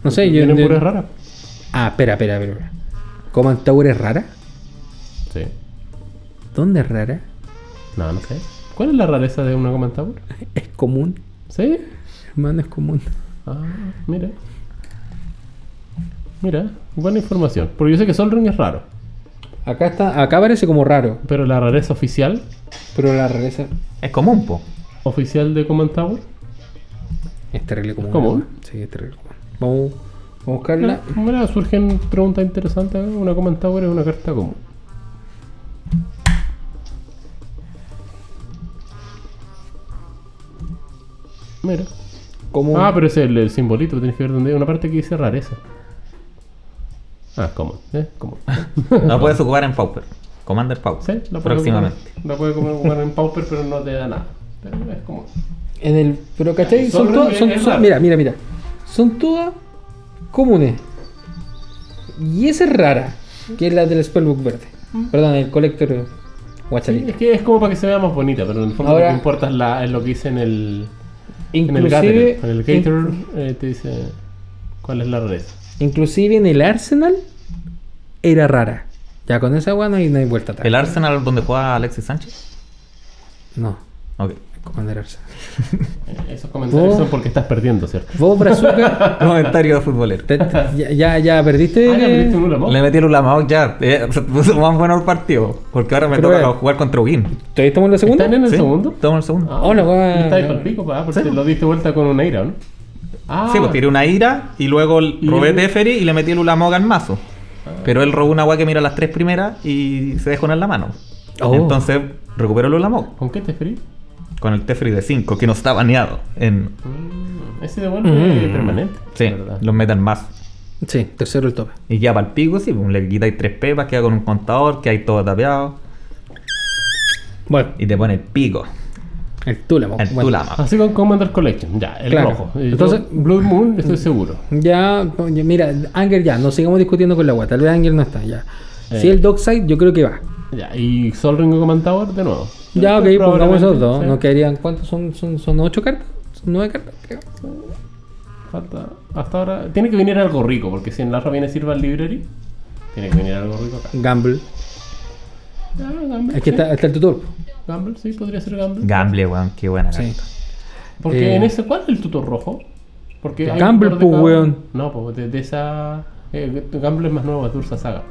S4: No sé, yo.
S2: Vienen
S4: yo-
S2: puras raras.
S4: Ah, espera, espera, espera, espera. ¿Command Tower es rara?
S2: Sí.
S4: ¿Dónde es rara?
S2: No, no sé. ¿Cuál es la rareza de una Command Tower?
S4: Es común.
S2: ¿Sí?
S4: Hermano, es común.
S2: Ah, mira. Mira, buena información. Porque yo sé que Sol Ring es raro.
S4: Acá está, acá parece como raro,
S2: Pero la rareza oficial,
S4: pero la rareza
S1: Es común, po.
S2: oficial de Command Tower,
S4: es terrible común.
S2: común?
S4: Sí, es terrible común. Vamos, vamos a buscarla.
S2: Mira, mira, surgen preguntas interesantes. ¿eh? Una Command Tower es una carta común. Mira.
S4: Común.
S2: Ah, pero ese es el, el simbolito. Tienes que ver dónde hay una parte que dice rareza. Ah, común. ¿eh? Común.
S1: No puedes ocupar en Pauper. Commander
S2: Sí,
S1: Pauper.
S2: la puede
S1: próximamente.
S2: Comer, la puede comer, comer en Pauper, pero no te da nada. Pero es como.
S4: En el, pero ¿cachai? Son
S2: Son
S4: todas, son,
S2: es
S4: son-
S2: raro.
S4: mira, mira, mira. Son todas comunes. Y esa es rara, que es la del Spellbook verde. Perdón, el Collector
S2: Sí,
S4: Guacharito.
S2: es que es como para que se vea más bonita, pero en el fondo
S4: Ahora-
S2: lo que importa es, la, es lo que dice en el. En el
S4: Inclusive,
S2: Gator. En el
S4: in-
S2: Gator eh, te dice cuál es la rareza.
S4: inclusive en el Arsenal era rara. Ya con esa guana no hay, no hay vuelta atrás.
S1: ¿El Arsenal donde juega Alexis Sánchez?
S4: No,
S1: Ok.
S4: con el Arsenal.
S2: Eh, Esos comentarios
S4: Oh.
S2: son porque estás perdiendo, ¿cierto?
S4: Vos, Brazuca,
S1: Comentario futbolero.
S4: te- te- ya, ya, ya perdiste.
S2: Ah, ya
S4: eh,
S2: perdiste un
S1: Le metí el Ulamao ya. Eh, se puso más bueno el partido. Porque ahora me
S4: Pero
S1: toca
S4: bueno.
S1: jugar contra Win.
S4: ¿Todavía estamos en la segunda?
S2: ¿Están en el
S1: Sí,
S2: segundo?
S1: Toma el segundo.
S2: Ah,
S4: Hola, weón.
S2: y Está ahí pa'l pico, pa, porque
S1: Sí.
S2: lo diste vuelta con una ira, ¿no? Ah,
S1: Sí, pues tiré una ira y luego el-
S2: Y-
S1: robé Teferi y le metí el Ulamog al mazo. Pero él robó una agua que mira las tres primeras y se dejó una en la mano.
S4: Oh.
S1: Entonces recuperó el Ulamog
S2: ¿Con qué te frío?
S1: con el Teferi de 5 que no está baneado. En,
S2: Mm, ese devuelve permanente.
S1: sí,
S2: ¿verdad?
S1: los metan más.
S4: Sí, tercero el tope.
S1: Y ya para el pico, sí, pues, le quitáis tres pepas, queda con un contador, que hay todo tapeado
S4: Bueno,
S1: y te pone el pico.
S4: el Tulamo.
S1: El
S4: Oh, bueno.
S1: Tulama.
S2: Así con Commander Collection, ya, el
S4: Claro.
S2: rojo. Eh, yo
S4: Entonces-
S2: Blood Moon, estoy seguro.
S4: Ya, oye, mira, Ángel ya, no sigamos discutiendo con la guata. Tal vez Ángel no está, ya. Si el Dockside, yo creo que va.
S2: Ya, y Sol Ring Command Tower de nuevo.
S4: Ya, ok,
S2: Probablemente,
S4: pongamos esos dos.
S2: sí.
S4: Nos quedarían, ¿cuántos son? ¿Son, son ocho cartas? ¿Son ¿Nueve cartas? Creo.
S2: Falta. Hasta ahora. Tiene que venir algo rico, porque si en Larra viene Silva al Library, tiene que venir algo rico acá.
S4: Gamble.
S2: Ah, Gamble.
S4: Aquí está, está el tutor.
S2: sí. Gamble, sí, podría ser Gamble.
S1: Gamble, weón, qué buena
S4: Sí.
S1: carta.
S2: Porque
S4: Eh.
S2: en ese, ¿cuál es el tutor rojo? Porque hay un
S4: Gamble,
S2: par de
S4: pues,
S2: cada-
S4: weón.
S2: No, pues de, de esa. eh, Gamble es más nueva, Dursa Saga.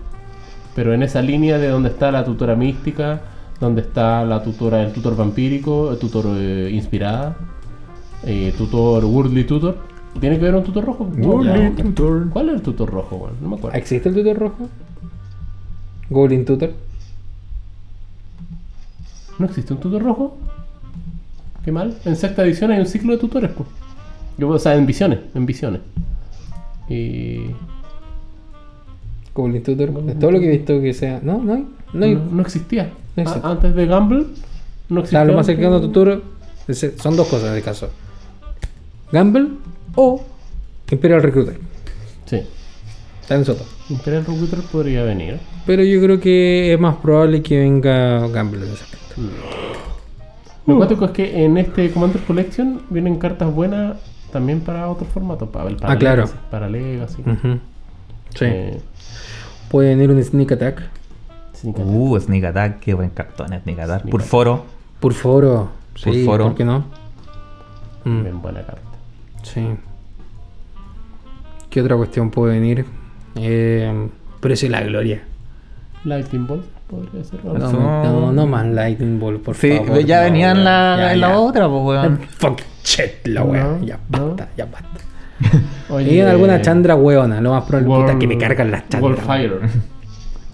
S2: Pero en esa línea de donde está la tutora mística, donde está la tutora, el tutor vampírico, el tutor eh, inspirada, eh, tutor worldly tutor. Tiene que haber un tutor rojo.
S1: Worldly
S2: Ya.
S1: tutor.
S2: ¿Cuál es el tutor rojo, weón? No me acuerdo.
S4: ¿Existe el tutor rojo? Goblin Tutor.
S2: ¿No existe un tutor rojo? Qué mal. En sexta edición hay un ciclo de tutores, pues. Yo, o sea, en visiones, en visiones. Y.
S4: Goblin Tutor. De todo lo que he visto que sea. No, no hay. No
S2: No,
S4: hay.
S2: no existía.
S4: No existe.
S2: A- antes de Gamble, no
S4: O
S2: existía.
S4: sea, lo más
S2: un-
S4: cercano a tutor es- son dos cosas en este caso: Gamble o Imperial Recruiter.
S2: Sí.
S4: Está en Soto.
S2: Imperial Recruiter podría venir.
S4: Pero yo creo que es más probable que venga Gamble en ese aspecto. Uh.
S2: Lo cuático es que en este Commander Collection vienen cartas buenas también para otro formato. Para, para
S4: Ah, claro. Mm,
S2: Legacy, para Legacy.
S4: Sí.
S2: Eh,
S4: Puede venir un Sneak Attack.
S2: sin que-
S1: Uh, Sneak Attack, qué buen cartón, es Sneak Attack.
S2: Sneak
S1: Por
S2: Attack.
S1: foro,
S4: Por foro. Sí,
S1: Pulforo.
S4: ¿Por qué no? Mm,
S2: bien buena carta.
S4: sí. ¿Qué otra cuestión puede venir? Eh, pero esa es la gloria.
S2: Lightning Bolt podría ser.
S4: No,
S1: Son-
S4: no, no más Lightning Ball, por
S1: Sí,
S4: favor.
S1: ya
S4: no,
S1: venía en la,
S4: ya,
S1: en la
S4: ya.
S1: otra, pues, weón.
S4: Fuck shit, la wea.
S2: No,
S4: ya
S2: no.
S4: basta, ya basta.
S2: Oye, eh,
S4: Y en alguna chandra weona, lo más probable puta, que me cargan las chandras.
S2: Warfire.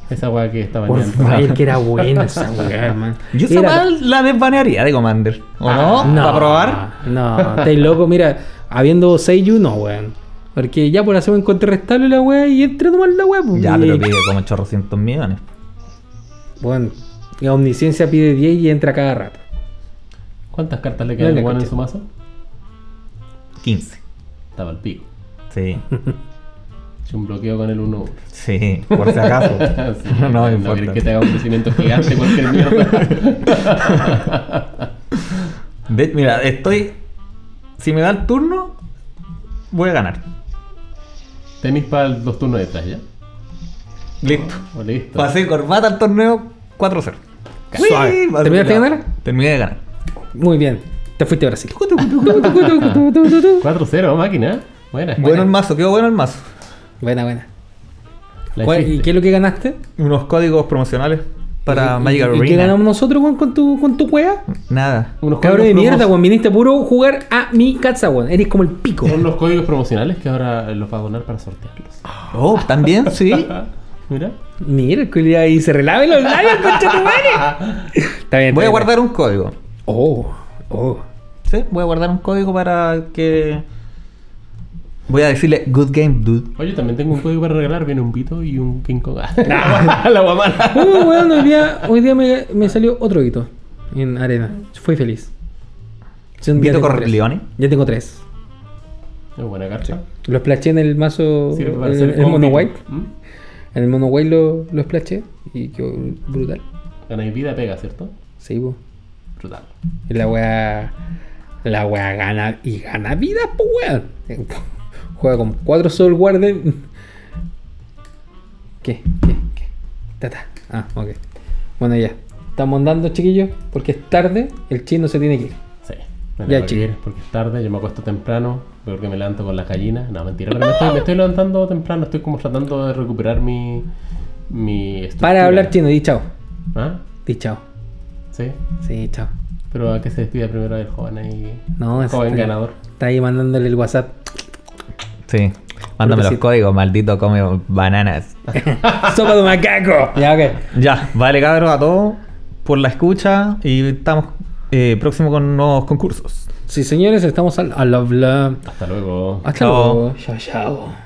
S2: Esa weá que estaba
S4: Por
S2: bañando.
S4: favor, que era buena esa weá, hermano.
S1: Yo esa
S4: Era-
S1: weá la desbanearía de Commander. ¿O
S4: Ah,
S1: no? ¿Para probar?
S4: No, estáis loco, mira, habiendo 6 y 1, weón. Porque ya pues, por hacer un contrarrestable la weá y entre nomás la weá, pues.
S1: Ya,
S4: y-
S1: pero pide como 800 millones.
S4: Bueno, la omnisciencia pide 10 y entra cada rato.
S2: ¿Cuántas cartas le quedan
S4: le
S2: al Juan en
S4: caché.
S2: su mazo?
S1: 15.
S2: Estaba al pico.
S1: Sí,
S2: Hice un bloqueo con el 1-1.
S1: sí, por si acaso.
S2: Sí,
S1: no, no,
S2: no
S1: importa.
S2: querés que te haga un crecimiento gigante cualquier mierda.
S1: De- mira, estoy. Si me da el turno, voy a ganar.
S2: Tenéis para los turnos detrás, ¿ya?
S1: Listo.
S2: O listo.
S1: Pasé corbata al torneo 4-0.
S4: Suave.
S1: Uy, más
S4: ¿Terminaste de
S1: cuidado.
S4: ganar?
S1: Terminé de ganar.
S4: Muy bien. Te fuiste a Brasil.
S2: 4-0, máquina. Buena.
S1: Bueno el mazo, quedó bueno el mazo.
S4: buena, buena.
S2: La
S4: Juan, ¿Y
S2: hiciste.
S4: qué es lo que ganaste?
S1: Unos códigos promocionales para Magic
S4: ¿Y qué
S1: Arena.
S4: ganamos nosotros Juan, con tu, con tu wea?
S1: Nada.
S2: Unos
S4: Cabrón de
S2: códigos
S4: mierda,
S2: promo-
S4: Juan. Viniste puro jugar a mi casa, Juan. Eres como el pico.
S2: Son los códigos promocionales que ahora los va a donar para sortearlos.
S4: Ah.
S1: Oh, también, sí.
S2: Ah, Mira.
S4: Mira, el culiao ahí se relave los labios, concha tu madre. Está bien.
S1: Voy a
S4: está bien.
S1: guardar un código.
S4: Oh, oh.
S1: Sí, voy a guardar un código para que. Voy a decirle good game, dude.
S2: Oye, también tengo un código para regalar. Viene un pito y un King Kong. la guamala.
S4: Uh, weón, hoy día, hoy día me, me salió otro hito en arena. Fui feliz. Sí, un día
S1: Vito
S4: tengo tres.
S1: Corleone.
S4: Ya tengo tres.
S2: Es buena carta.
S4: Los plaché en el mazo.
S2: Sirve para
S4: en
S2: hacer
S4: el, el
S2: combi.
S4: Eh, mono white.
S2: ¿Mm?
S4: En el mono white lo, los plaché y quedó brutal.
S2: Ganáis vida, pega, ¿cierto?
S4: Sí, po.
S2: Brutal.
S4: Y la wea. La wea gana. Y gana vida, po weón. Juega con cuatro Soul Warden. ¿Qué? ¿Qué? ¿Qué? Tata. Ah, ok. Bueno, ya. Estamos andando, chiquillos, porque es tarde. El chino se tiene que ir.
S2: Sí. Me tengo
S4: Ya,
S2: que
S4: chiquillo.
S2: ir Porque es tarde, yo me acuesto temprano. Peor que me levanto con las gallinas. No, mentira, pero me estoy, me estoy levantando temprano. Estoy como tratando de recuperar mi. mi estructura.
S4: Para de hablar chino, di chao.
S2: ¿Ah?
S4: Di chao.
S2: Sí.
S4: Sí, chao.
S2: Pero a que se despida primero del joven ahí.
S4: No, es-
S2: joven ganador.
S4: Está ahí mandándole el WhatsApp.
S1: Sí. Mándame los
S4: sí.
S1: códigos, maldito come bananas.
S4: ¡Sopa de macaco! Ya, ok.
S1: Ya, vale cabros a todos por la escucha y estamos eh, próximos con nuevos concursos.
S4: Sí, señores, estamos al, al habla.
S2: Hasta luego.
S4: Hasta
S1: Chao.
S4: luego. Chao, chao.